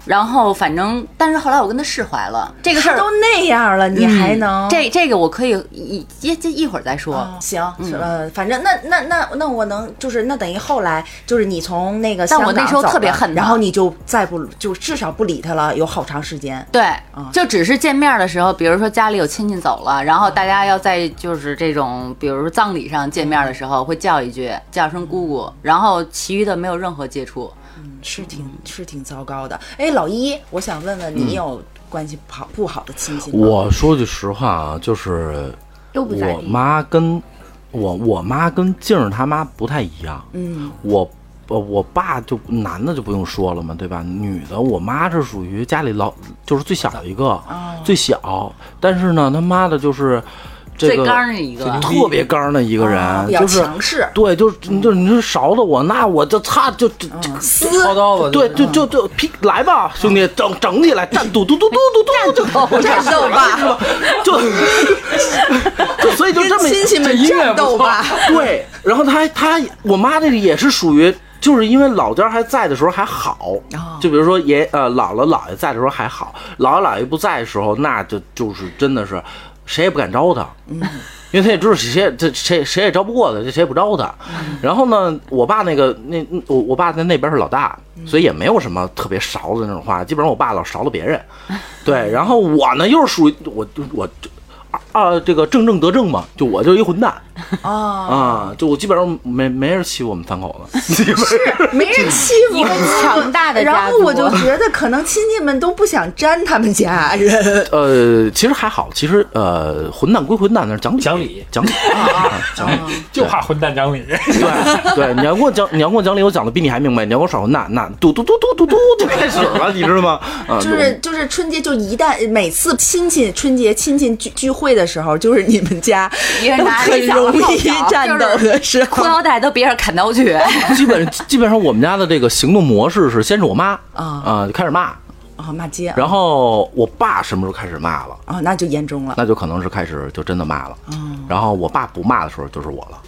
Speaker 2: 然后反正，但是后来我跟他释怀了这个事
Speaker 1: 他
Speaker 2: 儿。嗯
Speaker 1: 都那样了，你还能、
Speaker 2: 这这个我可以一一这一会儿再说。
Speaker 1: 行，
Speaker 2: 嗯
Speaker 1: 是呃，反正那那那那我能就是那等于后来就是你从那个
Speaker 2: 但
Speaker 1: 香
Speaker 2: 我
Speaker 1: 港
Speaker 2: 那时候
Speaker 1: 走了
Speaker 2: 特别恨他
Speaker 1: 然后你就再不就至少不理他了，有好长时间。
Speaker 2: 对
Speaker 1: 啊，
Speaker 2: 就只是见面的时候，比如说家里有亲戚走了，然后大家要在就是这种，比如说葬礼上见面的时候，会叫一句，叫声姑姑，然后其余的没有任何接触。
Speaker 1: 是挺嗯是挺糟糕的。哎，老一，我想问问
Speaker 5: 嗯
Speaker 1: 你有关系不好不好的亲戚吗？
Speaker 3: 我说句实话啊，就是
Speaker 6: 都不咋地
Speaker 3: 我妈跟我我妈跟静儿她妈不太一样。嗯，我呃我爸就男的就不用说了嘛，对吧？女的，我妈是属于家里老就是最小一个，最小，但是呢他妈的就是。这
Speaker 2: 最
Speaker 3: 个
Speaker 2: 刚儿的一个
Speaker 3: 特别刚儿的一个人，
Speaker 1: 比较
Speaker 3: 就是
Speaker 1: 强势，
Speaker 3: 对，就是就是你说勺子我，那我就擦就就就
Speaker 1: 撕
Speaker 5: 掏刀子，
Speaker 3: 对，就就就劈来吧，兄弟，整整起来，战斗，嘟嘟嘟嘟嘟嘟，就
Speaker 1: 战斗吧，
Speaker 3: 就就所以就
Speaker 1: 跟
Speaker 3: 这么
Speaker 1: 亲戚
Speaker 5: 这
Speaker 1: 们
Speaker 5: 音乐
Speaker 1: 战斗
Speaker 5: 不错
Speaker 1: 吧。
Speaker 3: 对，然后他还他我妈这个也是属于，就是因为老家还在的时候还好，就比如说爷呃姥姥姥爷在的时候还好，姥姥姥爷不在的时候，那就就是真的是谁也不敢招他，因为他也知道谁也这谁谁也招不过他，这谁也不招他。然后呢，我爸那个那我我爸在那边是老大，所以也没有什么特别勺的那种话，基本上我爸老勺了别人，对。然后我呢又是属于我我。啊，这个正正得正嘛，就我就是一混蛋，
Speaker 1: 哦，
Speaker 3: 啊，就我基本上没没人欺负我们三口 子，基本
Speaker 1: 没人欺负
Speaker 6: 一个强大的家
Speaker 1: 然
Speaker 6: 族
Speaker 1: 后我就觉得，可能亲戚们都不想沾他们家人。
Speaker 3: 呃，其实还好，其实呃，混蛋归混蛋，但是讲理
Speaker 5: 讲理
Speaker 3: 讲理 啊，讲理。
Speaker 5: 就怕混蛋 讲理。
Speaker 3: 对对，你要给我讲，你要给我讲理，我讲的比你还明白。你要给我耍混蛋，那嘟嘟嘟嘟嘟嘟就开始 了，你知道吗？啊，
Speaker 1: 就是就是春节，就一旦每次亲戚春节亲戚聚聚会的时候，就是你们家
Speaker 2: 一人
Speaker 1: 都
Speaker 2: 拿着
Speaker 1: 很
Speaker 2: 一小
Speaker 1: 容
Speaker 2: 个号
Speaker 1: 易
Speaker 2: 角
Speaker 1: 战斗
Speaker 2: 就是
Speaker 1: 的时
Speaker 2: 裤
Speaker 1: 候
Speaker 2: 腰带都别人砍刀去，
Speaker 3: 基本基本上我们家的这个行动模式是，先是我妈
Speaker 1: 啊
Speaker 3: 啊就开始骂，
Speaker 1: 啊，骂街
Speaker 3: 然后我爸什么时候开始骂了，
Speaker 1: 啊，那就严重了
Speaker 3: 那就可能是开始就真的骂了。然后我爸不骂的时候就是我了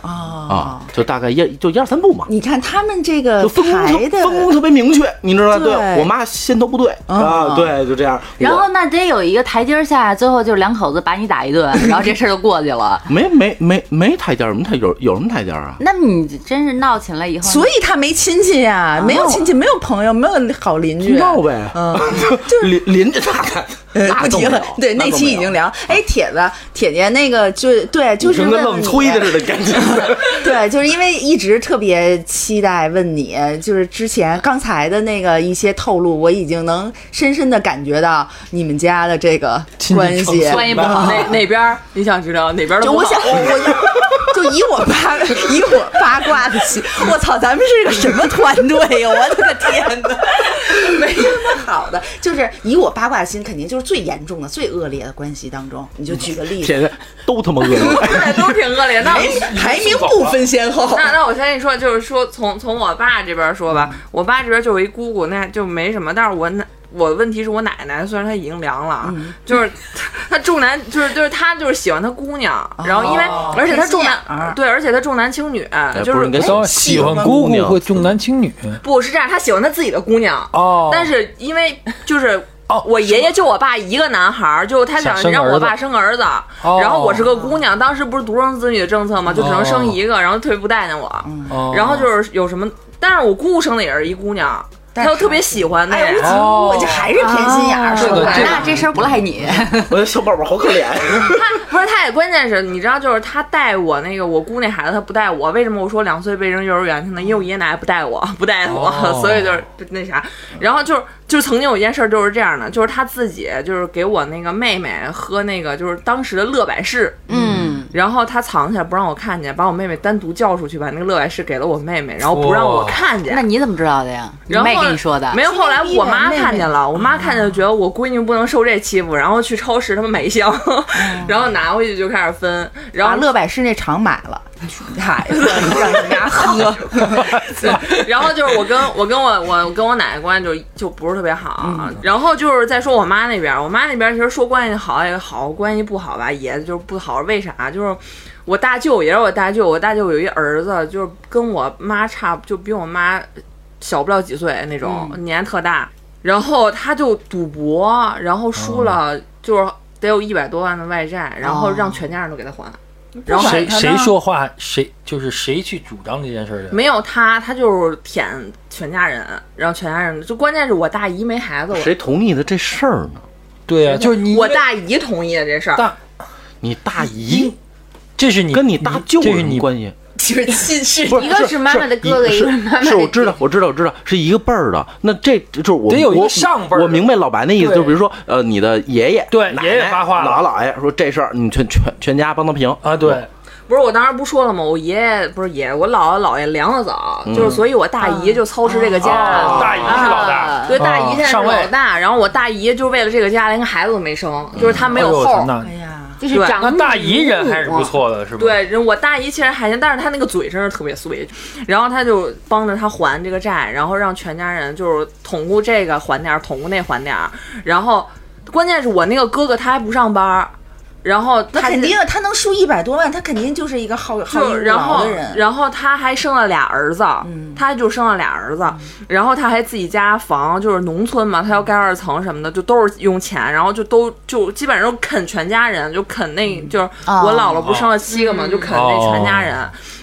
Speaker 1: 啊。
Speaker 3: 啊，就大概一就一二三步嘛。
Speaker 1: 你看他们这个
Speaker 3: 就分工
Speaker 1: 呃排
Speaker 3: 特
Speaker 1: 的，
Speaker 3: 分工特别明确，你知道吗？
Speaker 1: 对嗯
Speaker 3: 我妈先头部队啊，对，就这样。
Speaker 2: 然
Speaker 3: 我
Speaker 2: 后那得有一个台阶儿下，最后就是两口子把你打一顿，然后这事儿就过去了。
Speaker 3: 没没没没台阶儿，什么台有有什么台阶儿啊？
Speaker 2: 那你真是闹起来以后呢，
Speaker 1: 所以他没亲戚呀、没有亲戚，没有朋友，没有好邻居。
Speaker 3: 啊闹呗，
Speaker 1: 嗯，
Speaker 3: 就邻邻居大概
Speaker 1: 呃
Speaker 3: 那
Speaker 1: 不
Speaker 3: 都
Speaker 1: 提
Speaker 3: 没
Speaker 1: 了
Speaker 3: 有。啊
Speaker 1: 对，
Speaker 3: 那
Speaker 1: 那期已经聊。哎，铁子，铁姐那个就对，就是
Speaker 3: 跟
Speaker 1: 问
Speaker 3: 个愣
Speaker 1: 你
Speaker 3: 吹的似的， 感觉。
Speaker 1: 对，就是因为一直特别期待问你，就是之前刚才的那个一些透露，我已经能深深的感觉到你们家的这个
Speaker 5: 亲戚
Speaker 1: 关
Speaker 5: 成
Speaker 1: 系
Speaker 5: 熟。
Speaker 2: 关系不好，
Speaker 4: 哪哪边儿你想知道哪边儿的
Speaker 1: 就
Speaker 4: 不
Speaker 1: 我
Speaker 4: 好
Speaker 1: 想，我我就就以我八以我八卦的心，我操，咱们是个什么团队呀？我的个天哪，没什么好的，就是以我八卦的心，肯定就是最严重的、最恶劣的关系当中。你就举个例子，
Speaker 3: 天天都他妈恶 心。
Speaker 4: 对，都挺恶劣。那我
Speaker 1: 排排名不分先后。
Speaker 4: 那那我先跟你说，就是说从从我爸这边说吧，我爸这边就有一姑姑，那就没什么。但是我奶，我问题是我奶奶，虽然她已经凉了，啊， 就是她重男，就是就是她就是喜欢她姑娘，然后因为、而且她重
Speaker 1: 偏心眼儿
Speaker 4: 男，对，而且她重男轻女，就
Speaker 3: 不是
Speaker 4: 是
Speaker 3: 应该
Speaker 5: 当喜欢姑姑会重男轻女
Speaker 4: 不是这样，她喜欢她自己的姑娘，
Speaker 5: 哦，
Speaker 4: 但是因为就是。
Speaker 5: 哦
Speaker 4: 我爷爷就我爸一个男孩儿，就他想
Speaker 5: 想生
Speaker 4: 让
Speaker 5: 儿
Speaker 4: 我
Speaker 5: 子
Speaker 4: 爸生儿子，
Speaker 5: 哦
Speaker 4: 然后我是个姑娘，当时不是独生子女的政策嘛，就只能生一个，然后特别不待见我，
Speaker 5: 哦
Speaker 4: 然后就是有什么，但是我姑姑生的也是一姑娘，她
Speaker 1: 是
Speaker 4: 又特别喜欢那
Speaker 1: 哎，无
Speaker 4: 人。
Speaker 1: 情
Speaker 5: 哦
Speaker 1: 我这还是偏心眼儿，
Speaker 2: 啊
Speaker 1: 说
Speaker 5: 这个
Speaker 1: 白
Speaker 5: 这个
Speaker 1: 了。
Speaker 2: 那这事儿不赖你，
Speaker 3: 哎我的小宝宝好可 怜。
Speaker 4: 她 不是，她也关键是，你知道，就是她带我那个我姑那孩子，她不带我。为什么我说两岁被扔幼儿园去呢？因为我爷爷奶奶不带我，不带我，
Speaker 5: 哦
Speaker 4: 所以就是那啥。然后就是就曾经有一件事儿就是这样的，就是她自己就是给我那个妹妹喝那个就是当时的乐百氏，
Speaker 2: 嗯，
Speaker 4: 然后她藏起来不让我看见，把我妹妹单独叫出去，把那个乐百氏给了我妹妹，然后不让我
Speaker 5: 哇
Speaker 4: 看 见
Speaker 2: 那。你怎么知道的呀？你
Speaker 4: 然后
Speaker 2: 妹跟你说的，
Speaker 4: 没有。后来我妈
Speaker 1: 妹妹嗯
Speaker 4: 看见了，我妈看见就觉得我闺女不能受这欺负，然后去超市他们买一箱， 然后拿回去就开始分，然
Speaker 1: 嗯把
Speaker 4: 后
Speaker 1: 乐百氏那厂买了，嗨，让你们家 喝。
Speaker 4: 然后就是我跟我跟我我跟我奶奶关系就就不是特别好啊， 然后就是再说我妈那边，我妈那边其实说关系好也好，关系不好吧也就是不好，为啥？就是我大舅也是我大舅，我大舅有一儿子，就是跟我妈差不就比我妈小不了几岁那种，年特大，然后他就赌博，然后输了就是得有一百多万的外债，然后让全家人都给他还。然后
Speaker 5: 谁谁说话谁就是谁去主张这件事儿的，
Speaker 4: 没有他，他就是舔全家人，然后全家人就关键是我大姨没孩子，我
Speaker 3: 谁同意的这事儿呢？
Speaker 5: 对呀，就是你
Speaker 4: 我大姨同意的这事儿，
Speaker 5: 大，
Speaker 3: 你大姨
Speaker 1: 嗯
Speaker 5: 这是你
Speaker 3: 跟你大舅
Speaker 5: 这
Speaker 3: 有
Speaker 5: 是
Speaker 3: 什么
Speaker 5: 你
Speaker 3: 关系？
Speaker 1: 就是 亲是
Speaker 3: 不是，
Speaker 6: 一个是妈妈的哥哥
Speaker 3: 是
Speaker 6: 一个是妈妈的
Speaker 3: 是我知道，我知道，我知道，是一个辈儿的。那这就是我
Speaker 5: 得有一个
Speaker 3: 我
Speaker 5: 上辈儿的
Speaker 3: 我明白老白那意思，
Speaker 5: 对
Speaker 3: 就比如说，呃，你的爷爷
Speaker 5: 对
Speaker 3: 奶奶
Speaker 5: 爷爷发话了
Speaker 3: 姥姥姥爷说这事儿，你全全全家帮他平
Speaker 5: 啊，对，
Speaker 4: 不是我当时不说了吗？我爷爷不是爷，我姥姥姥爷凉的早，
Speaker 5: 嗯
Speaker 4: 就是所以我大姨就操持这个家。
Speaker 5: 哦大姨是老
Speaker 2: 啊
Speaker 5: 大，
Speaker 4: 对，大姨现在是
Speaker 5: 哦上位
Speaker 4: 老大，然后我大姨就为了这个家连个孩子都没生，就是她没
Speaker 5: 哎
Speaker 4: 有
Speaker 5: 呦我
Speaker 4: 后
Speaker 5: 操，那
Speaker 1: 哎呀，
Speaker 6: 就是
Speaker 4: 对
Speaker 6: 长
Speaker 5: 那大
Speaker 6: 女
Speaker 5: 姨人还是
Speaker 6: 母
Speaker 5: 不错的，是吧？，
Speaker 4: 对，人我大姨其实还行，但是她那个嘴真是特别碎，然后她就帮着她还这个债，然后让全家人就是捅咕这个还点儿，捅咕那还点儿，然后关键是我那个哥哥他还不上班儿，然后
Speaker 1: 那
Speaker 4: 他
Speaker 1: 肯定他能输一百多万，他肯定就是一个好好逸
Speaker 4: 就
Speaker 1: 恶
Speaker 4: 然
Speaker 1: 劳
Speaker 4: 后
Speaker 1: 的人。嗯
Speaker 4: 然后他还生了俩儿子，他就生了俩儿子，然后他还自己家房，就是农村嘛，他要盖二层什么的，就都是用钱，然后就都就基本上就啃全家人，就啃那
Speaker 1: 嗯
Speaker 4: 就是
Speaker 1: 哦
Speaker 4: 我姥姥不是生了七个嘛，就啃那全家人，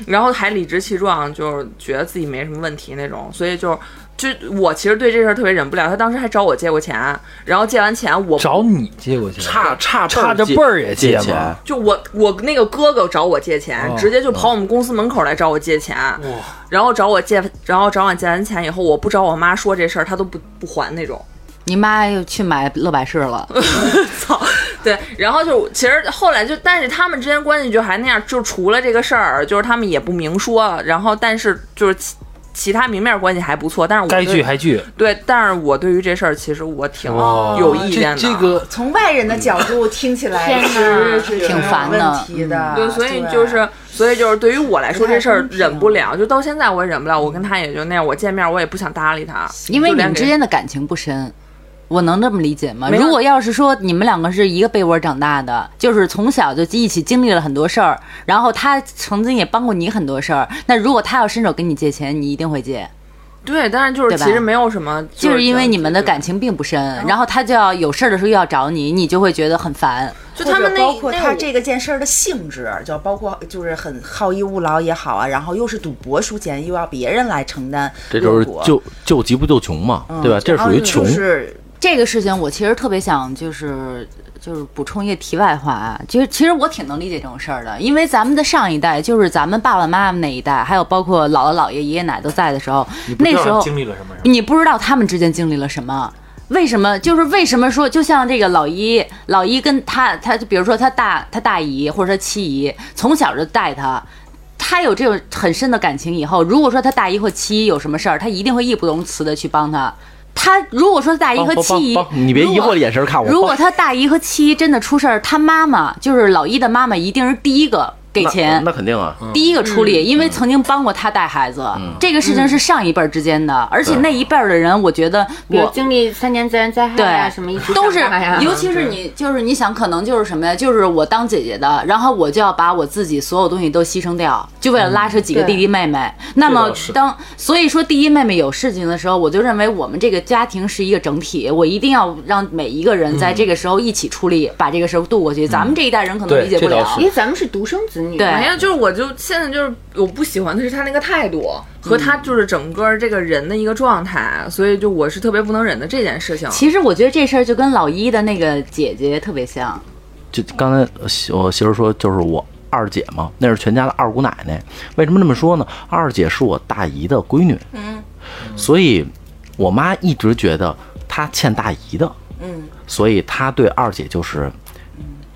Speaker 4: 然后还理直气壮，就是觉得自己没什么问题那种，所以就。就我其实对这事儿特别忍不了，他当时还找我借过钱，然后借完钱我
Speaker 5: 找你借过去，
Speaker 3: 差差辈
Speaker 5: 差着
Speaker 3: 借
Speaker 5: 辈儿也
Speaker 3: 借
Speaker 5: 借
Speaker 3: 钱
Speaker 5: 吗，
Speaker 4: 就我我那个哥哥找我借钱，
Speaker 5: 哦
Speaker 4: 直接就跑我们公司门口来找我借钱，然后找我借，然后找我借完钱以后，我不找我妈说这事儿，她都不不还那种。
Speaker 2: 你妈又去买乐百氏了，
Speaker 4: 操，对，然后就其实后来就，但是他们之间关系就还那样，就除了这个事儿，就是他们也不明说，然后但是就是其其他明面关系还不错，但是我
Speaker 5: 该
Speaker 4: 对
Speaker 5: 聚还聚。
Speaker 4: 对，但是我对于这事儿其实我挺
Speaker 5: 哦
Speaker 4: 有意见的，
Speaker 5: 这这个
Speaker 1: 从外人的角度听起来
Speaker 6: 天哪
Speaker 1: 是是有
Speaker 2: 挺烦的
Speaker 1: 问题的，
Speaker 4: 嗯
Speaker 2: 啊
Speaker 4: 对，所以就是，所以就是，对于我来
Speaker 1: 不
Speaker 4: 说
Speaker 1: 太
Speaker 4: 这事儿
Speaker 1: 公平
Speaker 4: 忍不了，就到现在我也忍不了。我跟他也就那样，我见面我也不想搭理他，
Speaker 2: 因为
Speaker 4: 就
Speaker 2: 你
Speaker 4: 连
Speaker 2: 们
Speaker 4: 给
Speaker 2: 之间的感情不深。我能这么理解吗？
Speaker 4: 没有
Speaker 2: 如果要是说你们两个是一个被窝长大的，就是从小就一起经历了很多事儿，然后他曾经也帮过你很多事儿，那如果他要伸手跟你借钱，你一定会借，
Speaker 4: 对，但是就是
Speaker 2: 对吧
Speaker 4: 其实没有什么，
Speaker 2: 就是因为你们的
Speaker 4: 觉
Speaker 2: 感情并不深，然后他就要有事儿的时候又要找你，你就会觉得很烦。
Speaker 4: 就他们那
Speaker 1: 包括
Speaker 4: 那
Speaker 1: 他
Speaker 4: 我
Speaker 1: 这个件事儿的性质，就包括就是很好逸恶劳也好啊，然后又是赌博输钱，又要别人来承担
Speaker 3: 这
Speaker 1: 后
Speaker 3: 就是救救急不救穷嘛，
Speaker 2: 嗯
Speaker 3: 对吧？这属于穷
Speaker 1: 就，是
Speaker 2: 这个事情我其实特别想就是就是补充一个题外话啊，其实其实我挺能理解这种事儿的，因为咱们的上一代就是咱们爸爸妈妈那一代，还有包括姥姥姥爷、爷爷奶奶都在的时候，那时候
Speaker 5: 历了什么？
Speaker 2: 你不知道他们之间经历了什么。为什么？就是为什么说，就像这个老一，老一跟他，他就比如说他大他大姨或者他七姨，从小就带他，他有这种很深的感情。以后如果说他大姨或七姨有什么事儿，他一定会义不容辞的去帮他。他如果说大姨和
Speaker 3: 帮
Speaker 2: 七姨
Speaker 3: 帮，帮你别疑
Speaker 2: 如
Speaker 3: 惑
Speaker 2: 果
Speaker 3: 的眼神看我。
Speaker 2: 如果
Speaker 3: 帮
Speaker 2: 他大姨和七姨真的出事儿，他妈妈就是老一的妈妈，一定是第一个给
Speaker 3: 那
Speaker 2: 钱。
Speaker 3: 那肯定啊，
Speaker 5: 嗯
Speaker 2: 第一个出
Speaker 6: 嗯
Speaker 2: 力，因为曾经帮过他带孩子，这个事情是上一辈儿之间
Speaker 5: 嗯
Speaker 2: 的，而且那一辈儿的人，我觉得
Speaker 6: 比如
Speaker 2: 我。
Speaker 6: 经历三年自然灾害呀、
Speaker 2: 对
Speaker 6: 什么一起
Speaker 2: 都是
Speaker 6: 长大呀，
Speaker 2: 尤其是你，就是你想，可能就是什么呀？就是我当姐姐的，然后我就要把我自己所有东西都牺牲掉，就为了拉扯几个
Speaker 6: 对
Speaker 2: 弟弟妹妹。那
Speaker 5: 这
Speaker 2: 么
Speaker 5: 嗯倒是
Speaker 2: 当所以说第一妹妹有事情的时候，我就认为我们这个家庭是一个整体，我一定要让每一个人在
Speaker 5: 嗯
Speaker 2: 这个时候一起出力，把这个时候度过去。咱们这一代人可能
Speaker 5: 对
Speaker 2: 理解
Speaker 5: 这
Speaker 2: 不
Speaker 5: 倒
Speaker 2: 了，
Speaker 5: 是
Speaker 6: 因为咱们是独生子女嘛，
Speaker 2: 对
Speaker 4: 没有，就是我就现在就是我不喜欢的是他那个态度和他
Speaker 2: 嗯
Speaker 4: 就是整个这个人的一个状态，所以就我是特别不能忍的这件事情。
Speaker 2: 其实我觉得这事儿就跟老一的那个姐姐特别像，
Speaker 3: 就刚才我媳我媳妇说，就是我二姐嘛，那是全家的二姑奶奶。为什么这么说呢？二姐是我大姨的闺女，嗯，所以我妈一直觉得她欠大姨的，嗯，所以她对二姐就是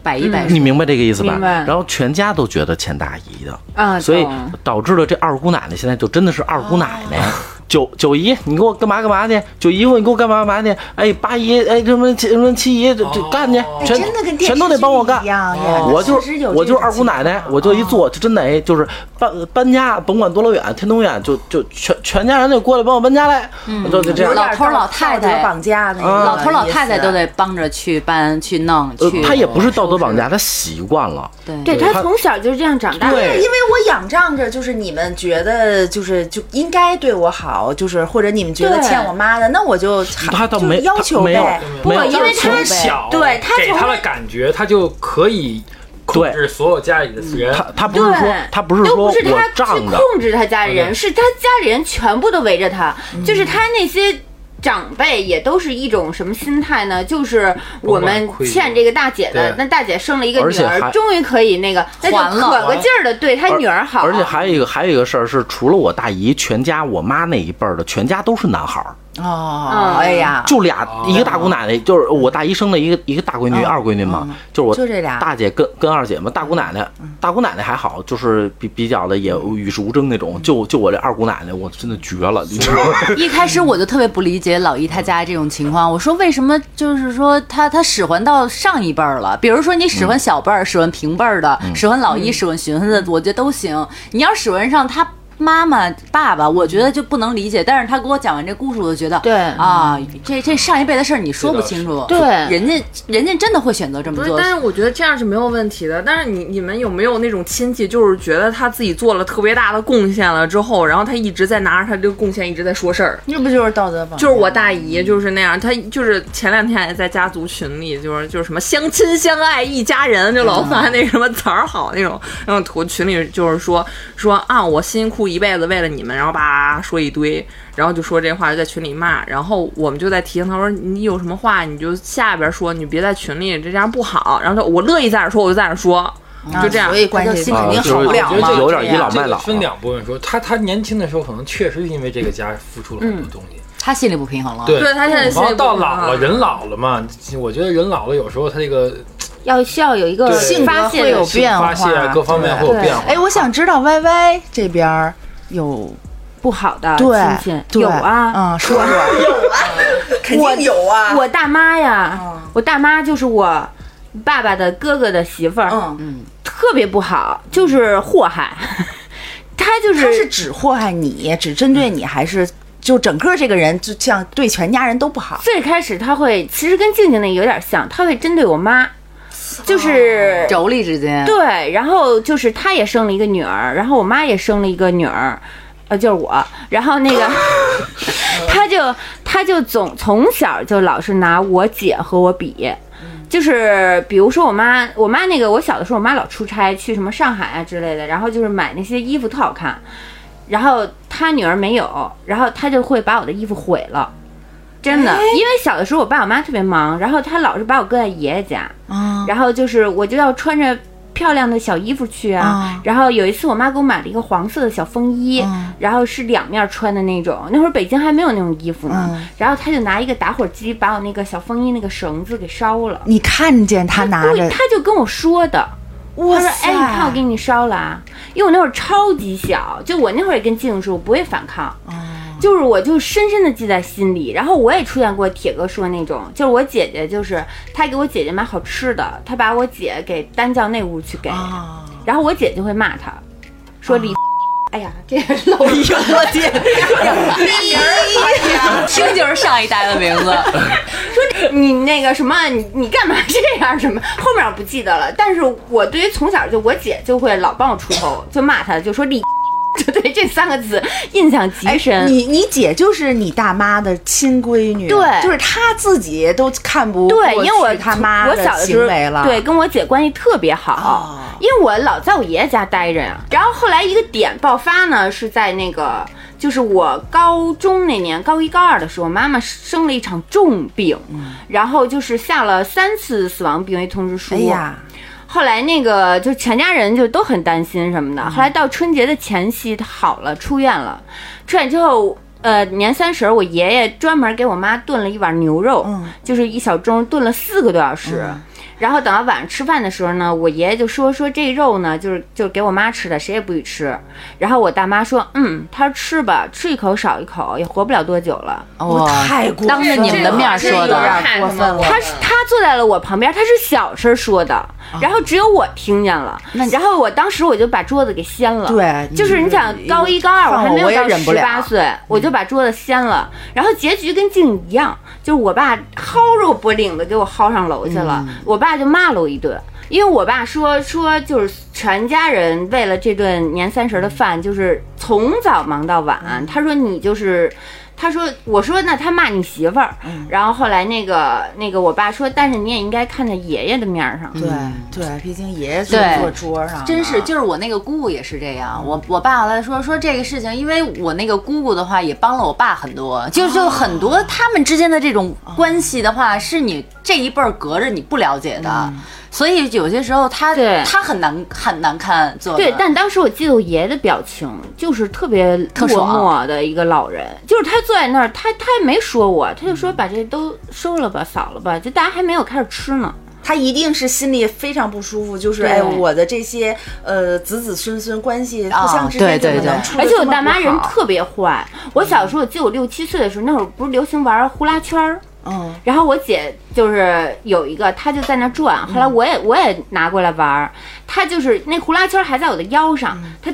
Speaker 2: 百依
Speaker 1: 哎
Speaker 6: 嗯
Speaker 2: 百顺。
Speaker 3: 你明白这个意思吧
Speaker 6: 明？白
Speaker 3: 然后全家都觉得欠大姨的，
Speaker 6: 啊，
Speaker 3: 所以
Speaker 6: 懂
Speaker 3: 导致了这二姑奶奶现在就真的是二姑奶奶。
Speaker 1: 哦
Speaker 3: 九九姨，你给我干嘛干嘛去？九姨夫，你给我干嘛干嘛去？哎，八姨，哎，什么七什么七姨，这这干去，全
Speaker 1: 哦哎真的跟电视
Speaker 3: 全都得帮我干
Speaker 1: 剧一。样呀。
Speaker 3: 我就
Speaker 1: 哦确实有
Speaker 3: 我
Speaker 1: 这
Speaker 3: 就是
Speaker 1: 种
Speaker 3: 二姑奶奶，我就一坐，就真得哎就是搬搬家，甭管多老远，天东远，就就全全家人就过来帮我搬家来，就就这
Speaker 1: 有
Speaker 3: 样。
Speaker 1: 点
Speaker 2: 老头儿
Speaker 1: 道
Speaker 2: 老太太
Speaker 1: 道德绑架那个
Speaker 3: 啊
Speaker 2: 老头老
Speaker 1: 意思
Speaker 2: 太太都得帮着去搬、去弄、
Speaker 3: 呃
Speaker 2: 去。，
Speaker 3: 他也不是道德绑架，他习惯了。
Speaker 2: 对
Speaker 6: 对
Speaker 3: 他
Speaker 6: 他从小就是这样长大的，
Speaker 1: 对，因为我仰仗着就是你们觉得就是就应该对我好，就是或者你们觉得
Speaker 6: 对
Speaker 1: 欠我妈的，那我就
Speaker 3: 他倒没
Speaker 1: 就要求
Speaker 3: 他没有
Speaker 1: 呗。
Speaker 5: 没有
Speaker 6: 不因为
Speaker 5: 就是从
Speaker 6: 他
Speaker 5: 小
Speaker 6: 对他
Speaker 5: 给
Speaker 6: 从
Speaker 5: 他的
Speaker 6: 来
Speaker 5: 感觉，他就可以控
Speaker 3: 对
Speaker 5: 制所有家里的人。
Speaker 3: 他他不是说
Speaker 6: 对
Speaker 3: 他不是
Speaker 6: 都
Speaker 3: 说
Speaker 6: 不是
Speaker 3: 我
Speaker 6: 他去
Speaker 3: 仗嗯着，
Speaker 6: 控制他家里人，是他家里人全部都围着他，
Speaker 3: 嗯
Speaker 6: 就是他那些。长辈也都是一种什么心态呢？就是我们欠这个大姐的
Speaker 5: 对，
Speaker 6: 那大姐生了一个
Speaker 3: 而
Speaker 6: 女
Speaker 3: 且
Speaker 6: 儿
Speaker 3: 还，
Speaker 6: 终于可以那个，那
Speaker 2: 还
Speaker 6: 就
Speaker 2: 了
Speaker 6: 可个劲儿的对他
Speaker 3: 而
Speaker 6: 女儿好。啊
Speaker 3: 而且还有一个还有一个事儿是，除了我大姨，全家我妈那一辈儿的全家都是男孩儿，
Speaker 1: 哦，哎呀，
Speaker 3: 就俩一个大姑奶奶，就是我大姨生的一个一个大闺女、
Speaker 1: 嗯
Speaker 3: 二闺女嘛
Speaker 1: 嗯，
Speaker 3: 就是我
Speaker 1: 就这俩嗯
Speaker 3: 大姐跟跟二姐嘛，大姑奶奶，大姑奶奶还好，就是比比较的也与世无争那
Speaker 1: 嗯
Speaker 3: 种，就就我这二姑奶奶，我真的绝了，你知道吗？
Speaker 2: 一开始我就特别不理解老姨她家这种情况，我说为什么就是说她她使唤到上一辈儿了，比如说你使
Speaker 3: 嗯
Speaker 2: 唤小辈儿、使唤平辈儿的、使唤老
Speaker 6: 嗯
Speaker 2: 姨、使唤寻思的，我觉得都行。你要使唤上她妈妈、爸爸，我觉得就不能理解。但是她给我讲完这故事，我就觉得
Speaker 6: 对
Speaker 2: 啊，这这上一辈的事儿你说不清楚，
Speaker 6: 这倒是对
Speaker 2: 人家人家真的会选择这么
Speaker 4: 不是
Speaker 2: 做，。
Speaker 4: 但是我觉得这样是没有问题的。但是你你们有没有那种亲戚，就是觉得他自己做了特别大的贡献了之后，然后他一直在拿着他这个贡献一直在说事儿？
Speaker 1: 那不就是道德绑架？
Speaker 4: 就是我大姨就是那样，她就是前两天也在家族群里，就是就是什么相亲相爱一家人，就老发那什么词儿好那种那种图，群里就是说说啊，我辛辛苦苦一辈子为了你们，然后叭说一堆，然后就说这话就在群里骂，然后我们就在提醒他说你有什么话你就下边说，你别在群里这样不好。然后他我乐意在这说我就在这说，就这样
Speaker 1: 啊所。以关系
Speaker 2: 心
Speaker 1: 肯定
Speaker 3: 啊就是
Speaker 1: 好不了
Speaker 5: 我觉得
Speaker 1: 嘛。
Speaker 5: 这
Speaker 3: 有点倚老
Speaker 5: 这
Speaker 3: 卖
Speaker 5: 个
Speaker 3: 老，
Speaker 5: 分两部分说，他他年轻的时候可能确实因为这个家付出了很
Speaker 1: 嗯
Speaker 5: 多东西，
Speaker 2: 她心里不平衡
Speaker 1: 啊
Speaker 2: 了。
Speaker 5: 对
Speaker 4: 对他现在心
Speaker 5: 然后
Speaker 4: 里啊
Speaker 5: 到
Speaker 4: 不平
Speaker 5: 老
Speaker 4: 衡
Speaker 5: 了，人老了嘛，我觉得人老了有时候他这个
Speaker 6: 要需要有一个
Speaker 5: 对
Speaker 1: 性格
Speaker 6: 发
Speaker 1: 会
Speaker 6: 泄
Speaker 1: 有
Speaker 6: 的
Speaker 5: 性
Speaker 1: 变化
Speaker 5: 发泄啊各方面会有
Speaker 6: 对
Speaker 5: 变化。
Speaker 1: 哎，我想知道 Y Y 这边儿有
Speaker 6: 不好的啊亲
Speaker 1: 对
Speaker 6: 戚，
Speaker 1: 对
Speaker 6: 有啊。
Speaker 1: 嗯，说说有啊，肯
Speaker 6: 我
Speaker 1: 定有啊。
Speaker 6: 我大妈呀，我大妈就是我爸爸的哥哥的媳妇儿，
Speaker 1: 嗯，
Speaker 6: 特别不好，就是祸害。 她就
Speaker 1: 他
Speaker 6: 是
Speaker 1: 是只祸害你，只针对你，还是就整个这个人，就像对全家人都不好？
Speaker 6: 最开始她会，其实跟静静那有点像，她会针对我妈，就是
Speaker 2: 妯娌之间，
Speaker 6: 对，然后就是她也生了一个女儿，然后我妈也生了一个女儿，呃，就是我，然后那个，她就她就总从小就老是拿我姐和我比。就是比如说我妈，我妈那个我小的时候，我妈老出差去什么上海啊之类的，然后就是买那些衣服特好看，然后她女儿没有，然后她就会把我的衣服毁了，真的，因为小的时候我爸我妈特别忙，然后她老是把我搁在爷爷家，
Speaker 1: 啊，
Speaker 6: 然后就是我就要穿着漂亮的小衣服去啊。
Speaker 1: 嗯
Speaker 6: 然后有一次我妈给我买了一个黄色的小风衣，
Speaker 1: 嗯
Speaker 6: 然后是两面穿的那种，那会儿北京还没有那种衣服呢。
Speaker 1: 嗯
Speaker 6: 然后她就拿一个打火机把我那个小风衣那个绳子给烧了。
Speaker 1: 你看见他拿
Speaker 6: 对，
Speaker 1: 着
Speaker 6: 她就跟我说的。
Speaker 1: 哇
Speaker 6: 她说：“
Speaker 1: 塞
Speaker 6: 哎，你看我给你烧了啊！因为我那会儿超级小，就我那会儿也跟静静说，我不会反抗，
Speaker 1: 哦
Speaker 6: 就是我就深深的记在心里。然后我也出现过铁哥说那种，就是我姐姐，就是她给我姐姐买好吃的，她把我姐给单叫那屋去给，
Speaker 1: 啊，
Speaker 6: 然后我姐就会骂她，说
Speaker 1: 哦
Speaker 6: 李，哎呀，这个漏
Speaker 1: 哎呦我天，
Speaker 2: 听就是上一代的名字。
Speaker 6: 你那个什么，你你干嘛这样什么？后面我不记得了。但是我对于从小就我姐就会老帮我出头，就骂她，就说你， 就对这三个字印象极深。
Speaker 1: 哎你你姐就是你大妈的亲闺女，
Speaker 6: 对
Speaker 1: 就是她自己都看不
Speaker 6: 对，
Speaker 1: 过
Speaker 6: 因为我
Speaker 1: 去她妈
Speaker 6: 我小的时
Speaker 1: 行
Speaker 6: 候
Speaker 1: 为了，哦
Speaker 6: 对，跟我姐关系特别好，因为我老在我爷爷家待着呀。然后后来一个点爆发呢，是在那个就是我高中那年，高一高二的时候，妈妈生了一场重病，
Speaker 1: 嗯
Speaker 6: 然后就是下了三次死亡病危通知书。
Speaker 1: 哎呀，
Speaker 6: 后来那个就全家人就都很担心什么的。后来到春节的前夕，他好了，出院了。出院之后，呃，年三十儿我爷爷专门给我妈炖了一碗牛肉，
Speaker 1: 嗯
Speaker 6: 就是一小盅，炖了四个多小时。然后等到晚上吃饭的时候呢，我爷爷就说说这肉呢，就是就是给我妈吃的，谁也不许吃。然后我大妈说，嗯，她说吃吧，吃一口少一口，也活不了多久了。
Speaker 2: 哇、
Speaker 1: 太过分了
Speaker 2: 当着你们的面儿说
Speaker 4: 哦这个
Speaker 2: 的，
Speaker 1: 有点过分了
Speaker 6: 他是他坐在了我旁边，他是小声说的，然后只有我听见了，然后我当时我就把桌子给掀了。
Speaker 1: 对
Speaker 6: 就是你想高一高二，我还没有
Speaker 1: 嗯我也
Speaker 6: 到
Speaker 1: 忍不
Speaker 6: 十
Speaker 1: 了
Speaker 6: 八岁，我就把桌子掀了，然后结局跟静一样，就是我爸薅着我脖领子给我薅上楼去了，
Speaker 1: 嗯
Speaker 6: 我爸就骂了我一顿。因为我爸说说就是全家人为了这顿年三十的饭，就是从早忙到
Speaker 1: 嗯
Speaker 6: 晚。他说你就是他说：“我说那他骂你媳妇儿。
Speaker 1: 嗯
Speaker 6: 然后后来那个那个我爸说：“但是你也应该看在爷爷的面儿上。
Speaker 1: 对对，毕竟爷爷坐
Speaker 2: 对
Speaker 1: 坐桌上了，
Speaker 2: 真是，就是我那个姑姑也是这样。我我爸后来说说这个事情，因为我那个姑姑的话也帮了我爸很多，就就很多他们之间的这种关系的话，是你这一辈儿隔着你不了解的，所以有些时候他
Speaker 6: 对
Speaker 2: 他很难很难看做的
Speaker 6: 对，但当时我记得我爷爷的表情就是特别
Speaker 2: 特
Speaker 6: 落
Speaker 2: 爽啊
Speaker 6: 寞的一个老人，就是他坐在那儿，他他也没说我，他就
Speaker 1: 嗯
Speaker 6: 说把这都收了吧，扫了吧，就大家还没有开始吃呢。
Speaker 1: 他一定是心里非常不舒服，就是
Speaker 6: 对
Speaker 1: 哎，我的这些呃子子孙孙关系
Speaker 2: 啊
Speaker 1: 互相之间
Speaker 2: 对
Speaker 1: 怎么
Speaker 2: 对
Speaker 1: 能
Speaker 2: 对
Speaker 1: 处得
Speaker 6: 而且我
Speaker 1: 这么
Speaker 6: 大妈
Speaker 1: 不
Speaker 6: 人
Speaker 1: 好
Speaker 6: 特别坏，我小时候我记得我六七岁的时候，那会儿不是流行玩呼啦圈儿。
Speaker 1: 嗯，
Speaker 6: 然后我姐就是有一个，她就在那转，后来
Speaker 1: 嗯
Speaker 6: 我也我也拿过来玩儿，她就是那呼啦圈还在我的腰上，
Speaker 1: 嗯
Speaker 6: 她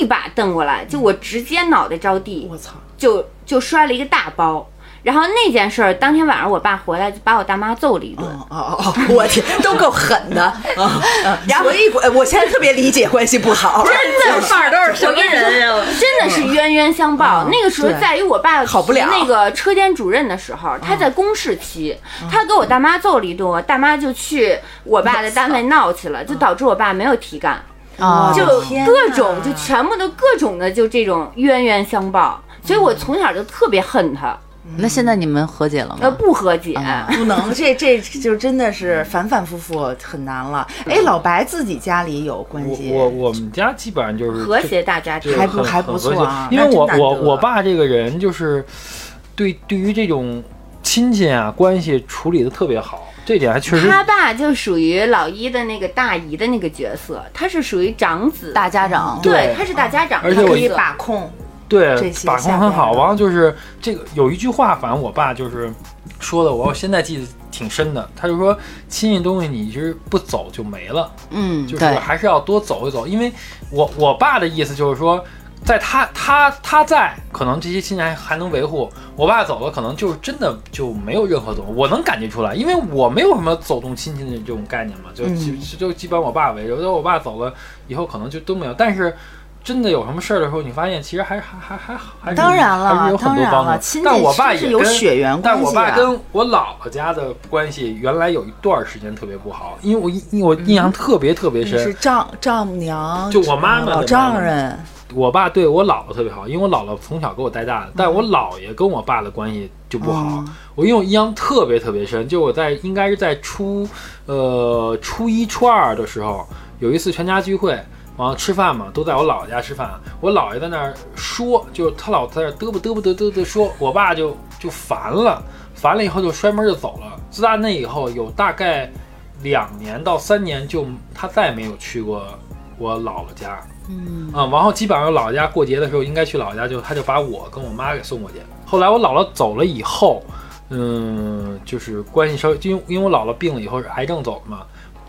Speaker 6: 一把蹬过来，就我直接脑袋着地，
Speaker 1: 我操，
Speaker 6: 就就摔了一个大包。然后那件事儿，当天晚上我爸回来就把我大妈揍了一顿。
Speaker 1: 哦哦哦，我天，都够狠 的啊！然后所以呃我现在特别理解关系不好，
Speaker 4: 这范儿都是什么人呀？
Speaker 6: 真的是冤冤相报。那个时候
Speaker 1: 哦对
Speaker 6: 在于我爸
Speaker 1: 好不了嗯
Speaker 6: 那个车间主任的时候，他在公示期，他给我大妈揍了一顿，我大妈就去我爸的单位
Speaker 1: 嗯
Speaker 6: 闹去了，就导致我爸没有体感，
Speaker 2: 啊
Speaker 6: 就
Speaker 1: 哦天哪
Speaker 6: 各种就全部都各种的就这种冤冤相报。所以我
Speaker 1: 嗯
Speaker 6: 从小就特别恨他，
Speaker 2: 那现在你们和解了吗？
Speaker 6: 呃，不和解。
Speaker 2: 啊
Speaker 1: 不能，这这就真的是反反复复很难了。哎，老白自己家里有关
Speaker 5: 我
Speaker 1: 系，
Speaker 5: 我我们家基本上就是
Speaker 6: 和
Speaker 5: 这
Speaker 6: 谐大家
Speaker 5: 这
Speaker 6: 庭
Speaker 5: 个，
Speaker 1: 还不
Speaker 5: 很
Speaker 1: 还
Speaker 5: 很
Speaker 1: 不
Speaker 5: 和
Speaker 1: 错
Speaker 5: 谐
Speaker 1: 啊
Speaker 5: 因为
Speaker 1: 那真
Speaker 5: 我
Speaker 1: 难
Speaker 5: 我
Speaker 1: 得
Speaker 5: 我爸这个人就是对对于这种亲戚啊关系处理的特别好，这点还确实
Speaker 6: 他爸就属于老一的那个大姨的那个角色，他是属于长子，
Speaker 2: 大家长
Speaker 6: 对，他是大家长的
Speaker 5: 而且
Speaker 6: 角色，
Speaker 5: 我
Speaker 1: 可以把控，这
Speaker 5: 对
Speaker 1: 些
Speaker 5: 把
Speaker 1: 下
Speaker 5: 控很
Speaker 1: 边
Speaker 5: 好。
Speaker 1: 的
Speaker 5: 完了就是这个有一句话，反正我爸就是说的，我现在记得挺深的。他就说亲戚东西你是不走就没了。
Speaker 2: 嗯，
Speaker 5: 就是
Speaker 2: 对，
Speaker 5: 还是要多走一走，因为我我爸的意思就是说，在他他他在，可能这些亲戚还还能维护。我爸走了，可能就真的就没有任何走，我能感觉出来，因为我没有什么走动亲戚的这种概念嘛，就
Speaker 1: 嗯
Speaker 5: 基、就基本我爸围着。如果我爸走了以后，可能就都没有。但是真的有什么事儿的时候，你发现其实还还还还还是
Speaker 1: 当然了
Speaker 5: 还是有很
Speaker 1: 当
Speaker 5: 多
Speaker 1: 然
Speaker 5: 帮
Speaker 1: 了
Speaker 5: 助。
Speaker 1: 亲
Speaker 5: 但
Speaker 1: 戚
Speaker 5: 我爸
Speaker 1: 是
Speaker 5: 也
Speaker 1: 有
Speaker 5: 跟
Speaker 1: 血缘
Speaker 5: 但
Speaker 1: 关
Speaker 5: 我
Speaker 1: 系
Speaker 5: 爸
Speaker 1: 啊
Speaker 5: 跟我姥姥家的关系原来有一段时间特别不好，因为我印我印象特别特别
Speaker 1: 你嗯是
Speaker 5: 深，
Speaker 1: 丈丈母娘，
Speaker 5: 就我妈妈的
Speaker 1: 老丈人，
Speaker 5: 我爸对我姥姥特别好，因为我姥姥从小给我带大的，但我姥爷跟我爸的关系就不好。我因为我印象特别特别深，就我在应该是在初呃初一初二的时候，有一次全家聚会。完了吃饭嘛，都在我姥姥家吃饭。我姥爷在那儿说，就是他老在那儿嘚啵嘚啵嘚嘚嘚说，我爸就就烦了，烦了以后就摔门就走了。自打那以后，有大概两年到三年就他再也没有去过我姥姥家。嗯，啊、然后基本上姥姥家过节的时候应该去姥姥家，就他就把我跟我妈给送过去。后来我姥姥走了以后，嗯，就是关系稍微，因为因为我姥姥病了以后是癌症走的嘛，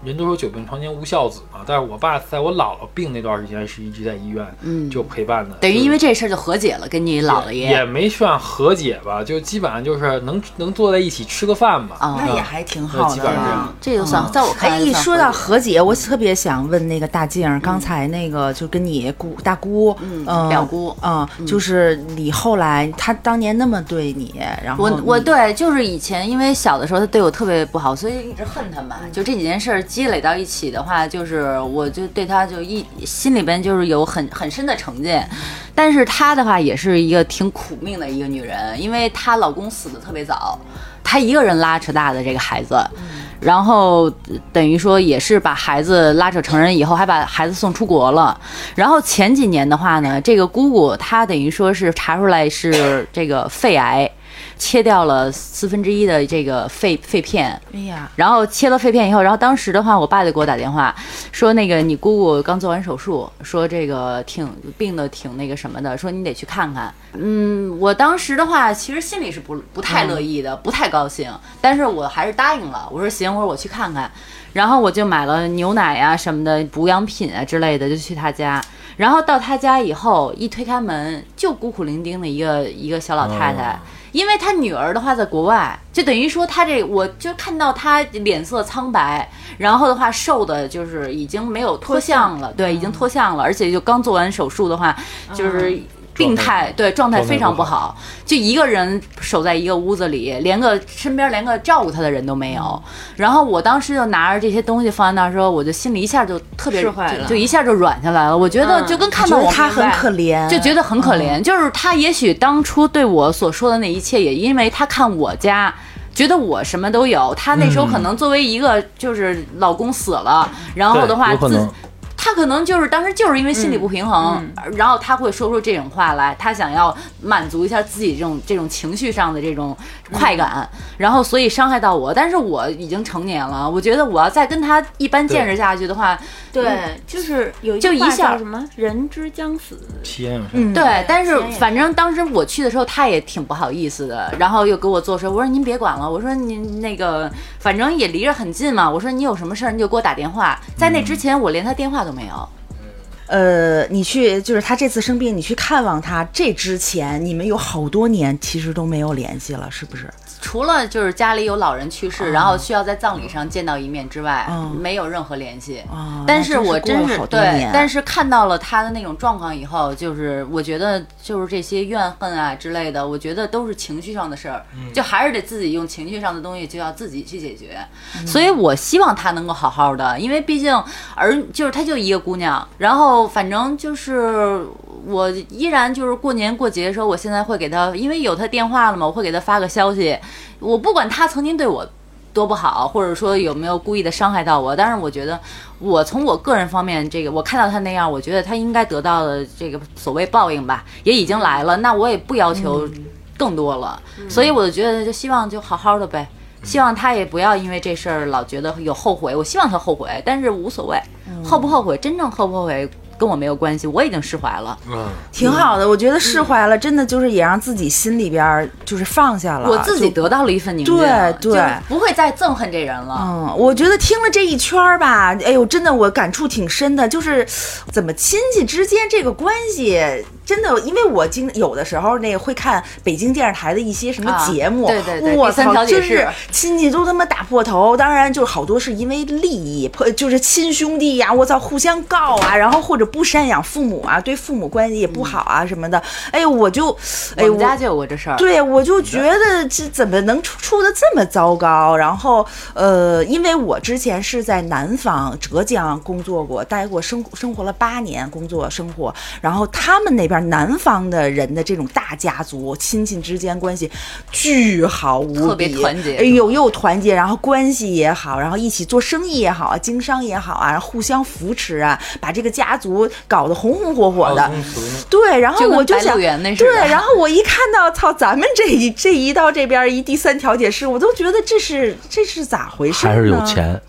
Speaker 5: 人都说久病床前无孝子嘛，但是我爸在我姥姥病那段时间是一直在医院，
Speaker 2: 嗯
Speaker 5: 就陪伴的，
Speaker 2: 等于
Speaker 5: 就是
Speaker 2: 因为这事儿就和解了，跟你姥姥爷
Speaker 5: 也没算和解吧，就基本上就是能能坐在一起吃个饭吧。
Speaker 2: 啊
Speaker 1: 那也还挺好
Speaker 5: 基
Speaker 1: 的
Speaker 5: 本上
Speaker 1: 了
Speaker 5: 这样。
Speaker 2: 这就算，
Speaker 1: 嗯
Speaker 2: 在我看来
Speaker 1: 哎，
Speaker 2: 就
Speaker 1: 一
Speaker 2: 算
Speaker 1: 说到
Speaker 2: 和
Speaker 1: 和解，我特别想问那个大静儿，刚才那个就跟你姑大姑，
Speaker 2: 嗯
Speaker 1: 呃
Speaker 2: 表姑嗯
Speaker 1: 啊，就是你后来她当年那么对你，然后
Speaker 2: 我
Speaker 1: 你
Speaker 2: 我对，就是以前因为小的时候他对我特别不好，所以一直恨他
Speaker 1: 嗯
Speaker 2: 嘛。就这几件事儿积累到一起的话，就是我就对他就一心里边就是有很很深的成见。
Speaker 1: 嗯
Speaker 2: 但是她的话也是一个挺苦命的一个女人，因为她老公死的特别早，她一个人拉扯大的这个孩子。
Speaker 1: 嗯
Speaker 2: 然后呃等于说也是把孩子拉扯成人以后，还把孩子送出国了。然后前几年的话呢，这个姑姑她等于说是查出来是这个肺癌，切掉了四分之一的这个肺肺片。
Speaker 1: 哎呀，
Speaker 2: 然后切了肺片以后，然后当时的话，我爸就给我打电话说，那个你姑姑刚做完手术，说这个挺病的挺那个什么的，说你得去看看。嗯，我当时的话，其实心里是不不太乐意
Speaker 1: 嗯
Speaker 2: 的，不太高兴，但是我还是答应了，我说行，我说我去看看。然后我就买了牛奶啊什么的补养品啊之类的，就去他家。然后到他家以后，一推开门就孤苦伶仃的一个一个小老太太，因为她女儿的话在国外，就等于说她这我就看到她脸色苍白，然后的话瘦的就是已经没有脱相了，对，已经脱相了，而且就刚做完手术的话，就是病态，对，嗯状态非常不好，就一个人守在一个屋子里，连个身边连个照顾她的人都没有。然后我当时就拿着这些东西放在那儿时候，我就心里一下就特别
Speaker 6: 释怀了
Speaker 2: 就就一下就软下来了。我觉得
Speaker 6: 嗯
Speaker 2: 就跟看
Speaker 1: 觉
Speaker 2: 到
Speaker 1: 得
Speaker 2: 我
Speaker 1: 她
Speaker 2: 明
Speaker 1: 很
Speaker 2: 白
Speaker 1: 可怜，
Speaker 2: 就觉得
Speaker 5: 嗯
Speaker 2: 很可怜。就是他也许当初对我所说的那一切，也因为他看我家。觉得我什么都有。她那时候可能作为一个就是老公死了，然后的话
Speaker 5: 嗯有可
Speaker 2: 自
Speaker 5: 能。
Speaker 2: 她可能就是当时就是因为心理不平衡，
Speaker 5: 嗯
Speaker 2: 然后她会说出这种话来，她想要满足一下自己这种这种情绪上的这种快感，
Speaker 5: 嗯
Speaker 2: 然后所以伤害到我。但是我已经成年了，我觉得我要再跟她一般见识下去的话，
Speaker 6: 对，嗯就是有一
Speaker 2: 就
Speaker 6: 句
Speaker 2: 一
Speaker 6: 话
Speaker 2: 下
Speaker 6: 叫什么“人之将死
Speaker 5: 吸烟有啥？
Speaker 1: 嗯，
Speaker 2: 对，但是
Speaker 6: 先也
Speaker 2: 反正当时我去的时候，他也挺不好意思的，然后又给我做事。我说您别管了，我说您那个反正也离着很近嘛，我说你有什么事儿你就给我打电话。在那之前，我连他电话都没有。
Speaker 1: 呃，你去就是他这次生病，你去看望他，这之前你们有好多年其实都没有联系了，是不是？
Speaker 2: 除了就是家里有老人去世，然后需要在葬礼上见到一面之外，
Speaker 1: 嗯
Speaker 2: 没有任何联系。
Speaker 1: 啊，
Speaker 2: 哦但是我
Speaker 1: 真
Speaker 2: 真是
Speaker 1: 过了好多
Speaker 2: 对
Speaker 1: 年，，
Speaker 2: 但
Speaker 1: 是
Speaker 2: 是看到了他的那种状况以后，就是我觉得就是这些怨恨啊之类的，我觉得都是情绪上的事儿，就还是得自己用情绪上的东西就要自己去解决。
Speaker 1: 嗯
Speaker 2: 所以我希望他能够好好的，因为毕竟儿就是她就一个姑娘，然后反正就是我依然就是过年过节的时候，我现在会给她，因为有她电话了嘛，我会给她发个消息，我不管她曾经对我。多不好，或者说有没有故意的伤害到我？但是我觉得，我从我个人方面，这个我看到他那样，我觉得他应该得到的这个所谓报应吧，也已经来了。那我也不要求更多了，所以我就觉得就希望就好好的呗，希望他也不要因为这事儿老觉得有后悔。我希望他后悔，但是无所谓，后不后悔，真正后不后悔跟我没有关系，我已经释怀了。
Speaker 7: 嗯，
Speaker 1: 挺好的，我
Speaker 2: 嗯
Speaker 1: 觉得释怀了，真的就是也让自己心里边儿就是放下了，
Speaker 2: 我自己
Speaker 1: 就
Speaker 2: 得到了一份宁静，
Speaker 1: 对对
Speaker 2: 就不会再憎恨这人了。
Speaker 1: 嗯，我觉得听了这一圈儿吧，哎呦，真的我感触挺深的，就是怎么亲戚之间这个关系，真的，因为我经有的时候那个会看北京电视台的一些什么
Speaker 2: 啊
Speaker 1: 节目，
Speaker 2: 对对对
Speaker 1: 我
Speaker 2: 第三
Speaker 1: 操，
Speaker 2: 条解
Speaker 1: 就
Speaker 2: 释
Speaker 1: 是亲戚都他妈打破头，当然就是好多是因为利益，破就是亲兄弟呀、我操，互相告啊，然后或者不赡养父母啊，对父母关系也不好啊什么的，哎呦，我就，哎
Speaker 2: 我
Speaker 1: 呦，
Speaker 2: 们家就有过这事儿。
Speaker 1: 对，我就觉得这怎么能出出的这么糟糕？然后，呃，因为我之前是在南方浙江工作过，待过生生活了八年，工作生活。然后他们那边南方的人的这种大家族亲戚之间关系巨好无比，
Speaker 2: 特别团结
Speaker 1: 哎呦，又团结，然后关系也好，然后一起做生意也好啊，经商也好啊，然后互相扶持啊，把这个家族搞得红红火火
Speaker 2: 哦
Speaker 1: 的。对，然后
Speaker 2: 就跟
Speaker 1: 我就
Speaker 2: 白
Speaker 1: 想
Speaker 2: 鹿原那，似
Speaker 1: 对，
Speaker 2: 的
Speaker 1: 然后我一看到操，咱们这一 这一到这边一第三调解室，我都觉得这是这是咋回事？
Speaker 7: 还是有。钱，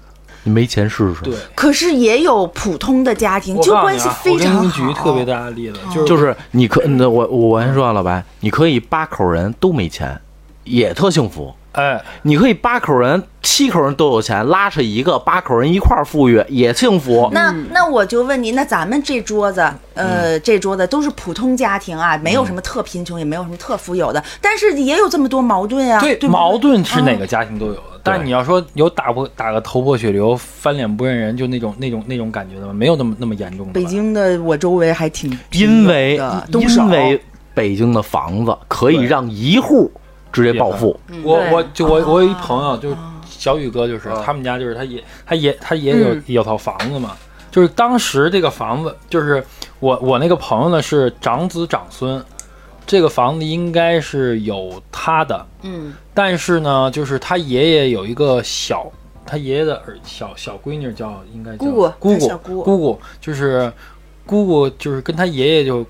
Speaker 7: 你没钱试试。
Speaker 5: 对，
Speaker 1: 可是也有普通的家庭，
Speaker 5: 我
Speaker 1: 就
Speaker 5: 告诉
Speaker 1: 关
Speaker 5: 你
Speaker 1: 系
Speaker 5: 啊
Speaker 1: 非
Speaker 5: 我给
Speaker 1: 常好。
Speaker 5: 你
Speaker 1: 哦
Speaker 5: 举一特别大的例子，就是
Speaker 7: 就是是你可，那我我先说啊，老白，你可以八口人都没钱，也特幸福。
Speaker 5: 哎，
Speaker 7: 你可以八口人、七口人都有钱，拉扯一个八口人一块儿富裕也幸福。
Speaker 1: 那
Speaker 2: 嗯
Speaker 1: 那我就问您，那咱们这桌子，呃，
Speaker 5: 嗯
Speaker 1: 这桌子都是普通家庭啊，没有什么特贫穷，也没有什么特富有的，但是也有这么多矛盾啊。对，
Speaker 5: 矛。盾是哪个家庭都有的。但是你要说有打破打个头破血流、翻脸不认人，就那种那种那种感觉的吗？没有那么那么严重的吧。
Speaker 1: 北京的我周围还挺
Speaker 7: 因为
Speaker 1: 贫穷的都少
Speaker 7: 因为北京的房子可以让一户直接暴富，
Speaker 1: 嗯
Speaker 5: 我
Speaker 2: 对
Speaker 5: 我就
Speaker 1: 哦
Speaker 5: 我我有一朋友就是小宇哥，就是他们家就是他爷他爷他爷有
Speaker 2: 嗯
Speaker 5: 有套房子嘛，就是当时这个房子就是我我那个朋友呢是长子长孙，这个房子应该是有他的，
Speaker 2: 嗯，
Speaker 5: 但是呢就是他爷爷有一个小他爷爷的儿小小闺女叫应该叫
Speaker 6: 姑姑
Speaker 5: 姑
Speaker 1: 小姑
Speaker 5: 姑姑姑就是姑姑就是跟他爷爷就，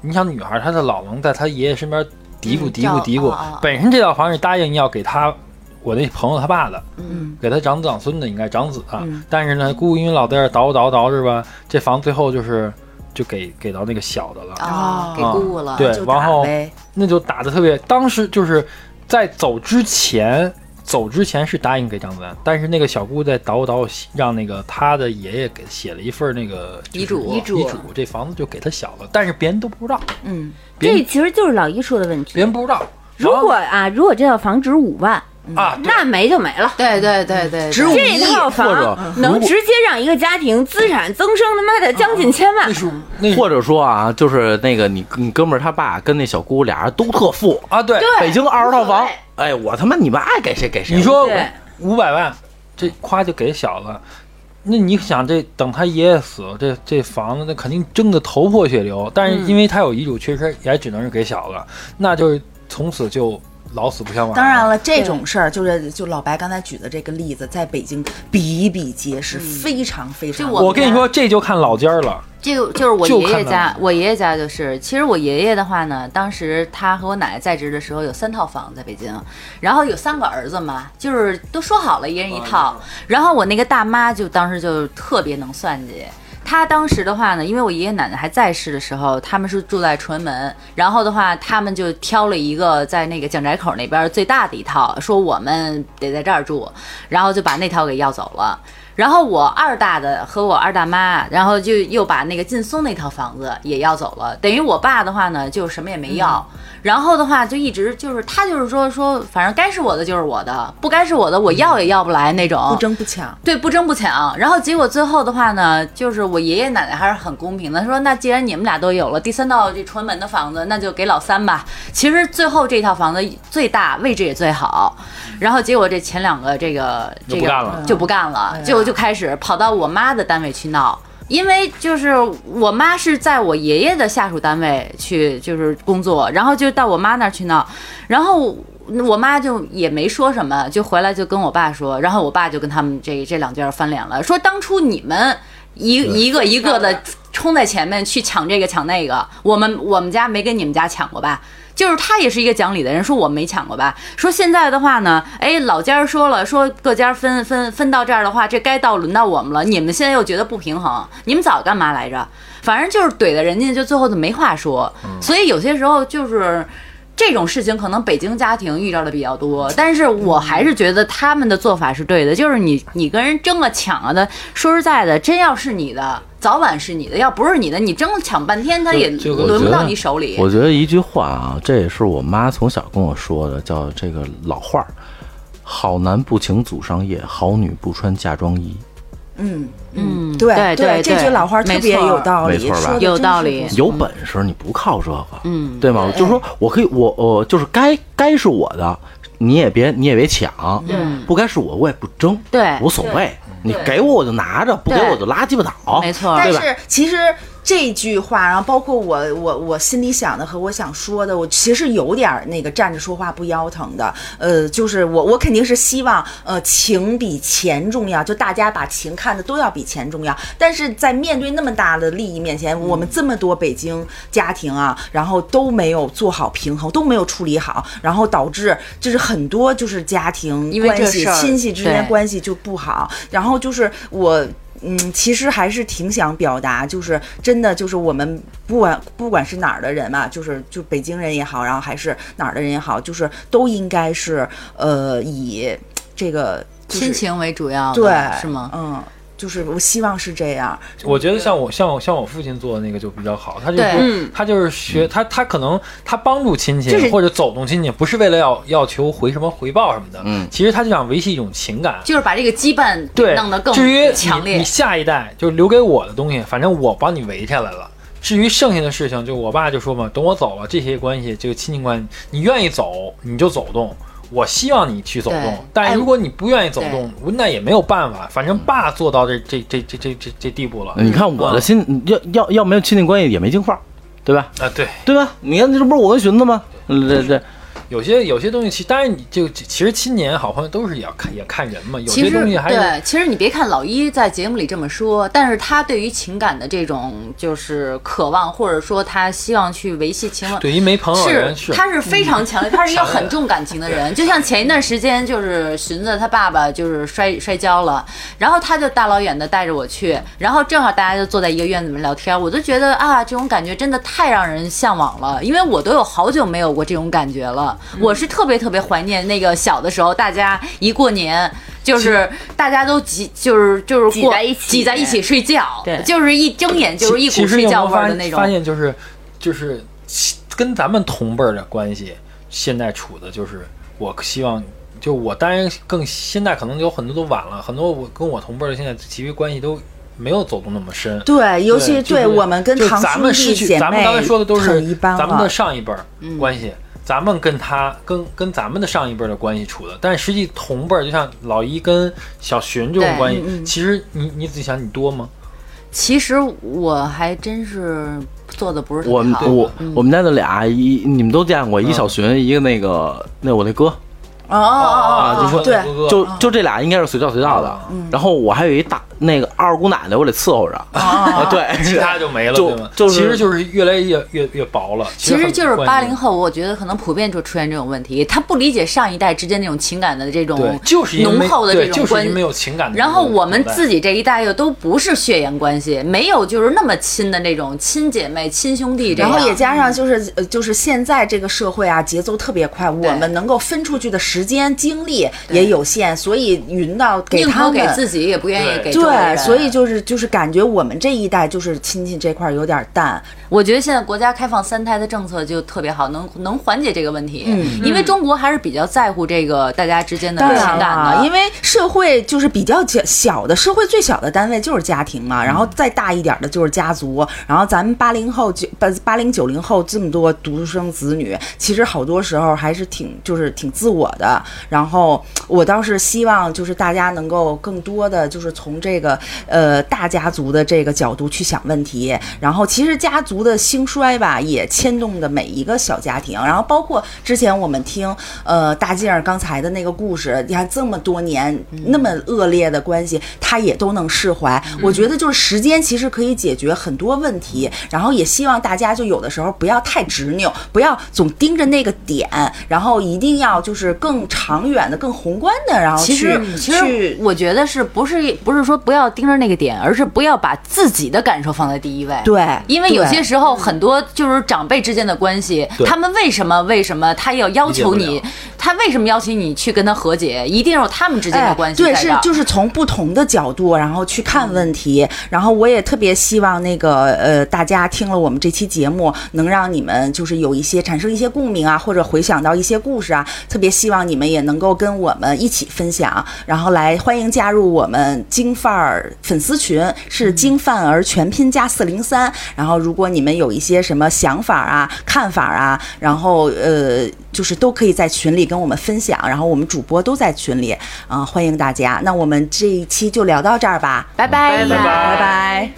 Speaker 5: 你想女孩她的老能在她爷爷身边嘀咕
Speaker 2: 嗯
Speaker 5: 嘀咕
Speaker 2: 叫
Speaker 5: 嘀咕
Speaker 2: 啊啊啊，
Speaker 5: 本身这套房是答应要给他我那朋友他爸的，
Speaker 2: 嗯，
Speaker 5: 给他长子长孙的应该长子啊，但是呢姑姑因为老在这儿倒倒倒是吧，这房最后就是就给给到那个小的了，
Speaker 2: 啊，给
Speaker 5: 啊
Speaker 2: 姑姑了。
Speaker 5: 对
Speaker 1: 就，
Speaker 5: 然
Speaker 1: 打
Speaker 5: 后
Speaker 1: 呗。
Speaker 5: 那就打的特别，当时就是在走之前，走之前是答应给张子安，但是那个小姑在捣鼓捣鼓，让那个她的爷爷给写了一份那个就是
Speaker 2: 遗嘱
Speaker 5: 遗
Speaker 2: 遗嘱
Speaker 5: 嘱，这房子就给他小了，但是别人都不知道，
Speaker 1: 嗯，”，
Speaker 5: 别
Speaker 6: 这
Speaker 5: 人
Speaker 6: 其实就是老一说的问
Speaker 5: 别
Speaker 6: 题
Speaker 5: 人。不知道。
Speaker 6: 如
Speaker 5: 然后
Speaker 6: 果啊，如果这套房值五万，
Speaker 5: 啊，对
Speaker 6: 那没就没了。
Speaker 2: 对对对对，
Speaker 1: 只有
Speaker 6: 这套
Speaker 7: 或
Speaker 6: 房
Speaker 7: 者
Speaker 6: 能直接让一个家庭资产增生他妈的将近千万
Speaker 5: 那，是那
Speaker 7: 或
Speaker 5: 者
Speaker 7: 者说啊，就是那个你你哥们儿他爸跟那小姑俩人都特富，
Speaker 5: 啊，对，
Speaker 7: 北京二十套
Speaker 6: 无所
Speaker 7: 房
Speaker 6: 谓，
Speaker 7: 哎，我他妈你们爱给谁给谁。
Speaker 5: 你说
Speaker 6: 对
Speaker 5: 五百万，这夸就给小了。那你想这等他爷爷死，这这房子那肯定争得头
Speaker 1: 嗯
Speaker 5: 破血流。但是因为他有遗嘱，确实也只能是给小了，那就是从此就老死不相往来。
Speaker 1: 当然了，这种事儿就是就老白刚才举的这个例子，在北京比比皆是，非常非常
Speaker 2: 就
Speaker 1: 多。
Speaker 2: 我
Speaker 5: 我跟你说，这就看老家儿了。
Speaker 2: 这个就是我
Speaker 5: 就
Speaker 2: 爷爷
Speaker 5: 看到
Speaker 2: 家
Speaker 5: 了，
Speaker 2: 我爷爷家就是，其实我爷爷的话呢，当时他和我奶奶在职的时候有三套房在北京，然后有三个儿子嘛，就是都说好了一人一套，然后我那个大妈就当时就特别能算计。她当时的话呢，因为我爷爷奶奶还在世的时候，他们是住在崇文门，然后的话，他们就挑了一个在那个蒋宅口那边最大的一套，说我们得在这儿住，然后就把那套给要走了。然后我二大的和我二大妈，然后就又把那个劲松那套房子也要走了。等于我爸的话呢，就什么也没要。然后的话就一直就是他就是说说，反正该是我的就是我的，不该是我的我要也要不来那种。
Speaker 1: 不争不抢，
Speaker 2: 对，不争不抢。然后结果最后的话呢，就是我爷爷奶奶还是很公平的，说那既然你们俩都有了第三道这崇文门的房子，那就给老三吧。其实最后这套房子最大，位置也最好。然后结果这前两个这个这
Speaker 5: 就不
Speaker 2: 个
Speaker 5: 干了
Speaker 2: 就不干了，结果就开始跑到我妈的单位去闹。因为就是我妈是在我爷爷的下属单位去就是工作，然后就到我妈那儿去闹，然后我妈就也没说什么，就回来就跟我爸说，然后我爸就跟他们这这两家翻脸了，说当初你们一一个一个的冲在前面去抢这个抢那个，我们我们家没跟你们家抢过吧？就是他也是一个讲理的人，说我没抢过吧。说现在的话呢，哎，老家儿说了，说各家儿分分分到这儿的话，这该到轮到我们了。你们现在又觉得不平衡，你们早干嘛来着？反正就是怼的人家，就最后就没话说。
Speaker 5: 嗯
Speaker 2: 所以有些时候就是。这种事情可能北京家庭遇到的比较多，但是我还是觉得他们的做法是对的，就是你你跟人争啊抢啊的，说实在的，真要是你的，早晚是你的，要不是你的，你争抢半天，他也
Speaker 5: 就我
Speaker 2: 轮不
Speaker 7: 觉
Speaker 2: 到
Speaker 7: 得
Speaker 2: 你手里。
Speaker 7: 我觉得一句话啊，这也是我妈从小跟我说的，叫这个老话儿：好男不请祖上夜，好女不穿嫁妆衣。
Speaker 1: 嗯，
Speaker 2: 嗯，
Speaker 1: 对
Speaker 2: 对对，
Speaker 1: 这句老话特别有
Speaker 2: 理。
Speaker 1: 道理，
Speaker 7: 没错吧
Speaker 1: 说得
Speaker 2: 有
Speaker 1: 真
Speaker 2: 道
Speaker 1: 是
Speaker 2: 理
Speaker 1: 不错
Speaker 7: 有本事你不靠这个，
Speaker 2: 嗯，
Speaker 7: 对吗？就是说我可以，我我就是该该是我的，你也别你也别抢，不该是我我也不争，
Speaker 2: 嗯对
Speaker 7: 无所谓，你
Speaker 6: 对
Speaker 7: 给我我就拿着，不给
Speaker 2: 对
Speaker 7: 我就拉鸡巴倒，
Speaker 2: 没错，
Speaker 1: 但
Speaker 7: 对吧
Speaker 1: 是其实这句话，然后包括我我我心里想的和我想说的，我其实有点儿那个站着说话不腰疼的。呃，就是我我肯定是希望呃情比钱重要，就大家把情看的都要比钱重要。但是在面对那么大的利益面前，我
Speaker 2: 嗯
Speaker 1: 们这么多北京家庭啊，然后都没有做好平衡，都没有处理好，然后导致就是很多就是家庭
Speaker 2: 因为这
Speaker 1: 关系
Speaker 2: 事儿、
Speaker 1: 亲戚之间
Speaker 2: 对
Speaker 1: 关系就不好。然后就是我。嗯，其实还是挺想表达，就是真的，就是我们不管不管是哪儿的人嘛，就是就北京人也好，然后还是哪儿的人也好，就是都应该是呃以这个、就是、
Speaker 2: 亲情为主要的，
Speaker 1: 对
Speaker 2: 是吗？
Speaker 1: 嗯，就是我希望是这样，
Speaker 5: 我觉得像我像我像我父亲做的那个就比较好，他就是
Speaker 2: 对
Speaker 5: 说他就是学他他可能他帮助亲
Speaker 1: 嗯
Speaker 5: 戚
Speaker 1: 这是
Speaker 5: 或者走动亲戚，不是为了要要求回什么回报什么的，嗯，其实他就想维系一种情感。
Speaker 2: 就是把这个羁绊
Speaker 5: 对，
Speaker 2: 弄得更
Speaker 5: 至于
Speaker 2: 强
Speaker 5: 你
Speaker 2: 烈
Speaker 5: 你。下一代就留给我的东西，反正我帮你围下来了。至于剩下的事情，就我爸就说嘛，等我走了，这些关系，这个亲情关系，你愿意走你就走动，我希望你去走
Speaker 2: 对
Speaker 5: 动，但
Speaker 2: 哎
Speaker 5: 如果你不愿意走
Speaker 2: 对嗯
Speaker 5: 动，那也没有办法，反正爸做到这这这这这这这地步了。
Speaker 7: 哎你看
Speaker 2: 嗯
Speaker 7: 我的亲，要要要没有亲戚关系也没净化，对吧？
Speaker 5: 啊，对，
Speaker 7: 对吧？你看这不是我跟寻子吗？嗯这
Speaker 2: 嗯
Speaker 7: 这
Speaker 5: 有些有些东西其，当然你就其实亲年好朋友都是也要看也看人嘛，有
Speaker 2: 其
Speaker 5: 些
Speaker 2: 实
Speaker 5: 东西还是
Speaker 2: 对，其实你别看老一在节目里这么说，但是他对于情感的这种就是渴望，或者说他希望去维系情感，
Speaker 5: 对于没朋友的人是
Speaker 2: 他是非
Speaker 6: 嗯
Speaker 2: 常强烈，他是一个很重感情的人。就像前一段时间，就是寻子他爸爸就是摔摔跤了，然后他就大老远的带着我去，然后正好大家就坐在一个院子里面聊天，我就觉得啊，这种感觉真的太让人向往了，因为我都有好久没有过这种感觉了。
Speaker 6: 嗯
Speaker 2: 我是特别特别怀念那个小的时候，大家一过年。就是大家都挤，就是就是
Speaker 6: 挤
Speaker 2: 过
Speaker 6: 在一起
Speaker 2: 挤在一起睡觉，
Speaker 6: 对
Speaker 2: 就是一睁眼就是一
Speaker 5: 其
Speaker 2: 股
Speaker 5: 其实
Speaker 2: 睡
Speaker 5: 有没
Speaker 2: 觉
Speaker 5: 有
Speaker 2: 味
Speaker 5: 发
Speaker 2: 儿的
Speaker 5: 现
Speaker 2: 那
Speaker 5: 发
Speaker 2: 种。
Speaker 5: 现就是就是其跟咱们同辈儿的关系，现在处的就是我希望。就我当然更现在可能有很多都晚了，很多我跟我同辈儿的现在其实关系都没有走动那么深。
Speaker 1: 对，尤其
Speaker 5: 就是
Speaker 1: 我们跟
Speaker 5: 就
Speaker 1: 堂
Speaker 5: 咱
Speaker 1: 兄
Speaker 5: 们
Speaker 1: 弟
Speaker 5: 失去
Speaker 1: 姐妹，
Speaker 5: 咱们刚才说的都是
Speaker 1: 很一般
Speaker 5: 咱们的
Speaker 1: 了。嗯
Speaker 5: 上一辈儿关系，咱们跟他跟跟咱们的上一辈儿的关系处的，但实际同辈儿就像老一跟小寻这种
Speaker 2: 对
Speaker 1: 嗯
Speaker 5: 关系，其实你你仔细想，你多吗？
Speaker 2: 其实我还真是做的不是特别
Speaker 3: 我们
Speaker 2: 好嗯
Speaker 3: 我我们家的俩一你们都见过，一小旬，一个那个那我那哥，
Speaker 1: 哦哦
Speaker 3: 啊
Speaker 1: 哦
Speaker 3: 你
Speaker 1: 哦，
Speaker 3: 说
Speaker 1: 对，
Speaker 2: 嗯
Speaker 3: 就就这俩应该是随叫随到的。然后我还有一大那个二姑奶奶，我得伺候着啊。对，
Speaker 5: 其他就没了，
Speaker 3: 就
Speaker 5: 对吗？
Speaker 3: 就是
Speaker 5: 其实就是越来越越越薄了。
Speaker 2: 其实就是八零
Speaker 5: 后，
Speaker 2: 后，我觉得可能普遍就出现这种问题，他不理解上一代之间那种情感的这种
Speaker 5: 对，就是因为
Speaker 2: 浓
Speaker 5: 没
Speaker 2: 厚的
Speaker 5: 对
Speaker 2: 这种
Speaker 5: 就是因
Speaker 2: 关
Speaker 5: 为
Speaker 2: 系。
Speaker 5: 没有情感的这
Speaker 2: 然
Speaker 5: 种
Speaker 2: 后
Speaker 5: 纽带。
Speaker 2: 我们自己这一代又都不是血缘关系，没有就是那么亲的那种亲姐妹、亲兄弟这
Speaker 1: 然
Speaker 2: 样。
Speaker 1: 后也加上就是呃就是现在这个社会啊，节奏特别快，我们能够分出去的时间精力也有限，所以云到给
Speaker 2: 宁
Speaker 1: 他
Speaker 2: 可
Speaker 1: 们
Speaker 2: 给自己，也不愿意
Speaker 5: 对
Speaker 2: 给周围
Speaker 1: 对，
Speaker 2: 人
Speaker 1: 所以就是就是感觉我们这一代就是亲戚这块儿有点淡，
Speaker 2: 我觉得现在国家开放三胎的政策就特别好，能能缓解这个问题。嗯，因为中国还是比较在乎这个大家之间的
Speaker 1: 当
Speaker 2: 情
Speaker 1: 然
Speaker 2: 感
Speaker 1: 了，
Speaker 2: 的，
Speaker 1: 因为社会就是比较小小的，社会最小的单位就是家庭嘛，然后
Speaker 2: 嗯
Speaker 1: 再大一点的就是家族，然后咱们八零后九八八零九零后这么多独生子女，其实好多时候还是挺就是挺自我的。然后我倒是希望就是大家能够更多的就是从这个呃大家族的这个角度去想问题，然后其实家族的兴衰吧，也牵动的每一个小家庭，然后包括之前我们听呃大静儿刚才的那个故事，你看这么多年那么恶劣的关系，他也都能释怀。
Speaker 2: 嗯
Speaker 1: 我觉得就是时间其实可以解决很多问题，然后也希望大家就有的时候不要太执拗，不要总盯着那个点，然后一定要就是更长远的、更宏观的，然后
Speaker 2: 其实
Speaker 1: 去，
Speaker 2: 其实
Speaker 1: 去
Speaker 2: 我觉得是不是不是说不要盯着那个点，而是不要把自己的感受放在第一位。
Speaker 1: 对
Speaker 2: 因为有
Speaker 1: 对
Speaker 2: 些时
Speaker 5: 嗯
Speaker 2: 候很多就是长辈之间的关系，他们为什么为什么他要要求
Speaker 5: 理
Speaker 2: 你
Speaker 5: 解，
Speaker 2: 他为什么要求你去跟他和解，一定有他们之间的关系
Speaker 1: 哎、对，
Speaker 2: 在
Speaker 1: 是
Speaker 2: 这儿
Speaker 1: 就是从不同的角度，然后去看问题。然后我也特别希望那个呃，大家听了我们这期节目，能让你们就是有一些产生一些共鸣啊，或者回想到一些故事啊。特别希望你们也能够跟我们一起分享，然后来欢迎加入我们京范儿粉丝群，是京范儿全拼加四零三。然后如果你们有一些什么想法啊、看法啊，然后呃，就是都可以在群里跟我们分享，然后我们主播都在群里。啊、欢迎大家。那我们这一期就聊到这儿吧，
Speaker 2: 拜拜
Speaker 1: 拜拜。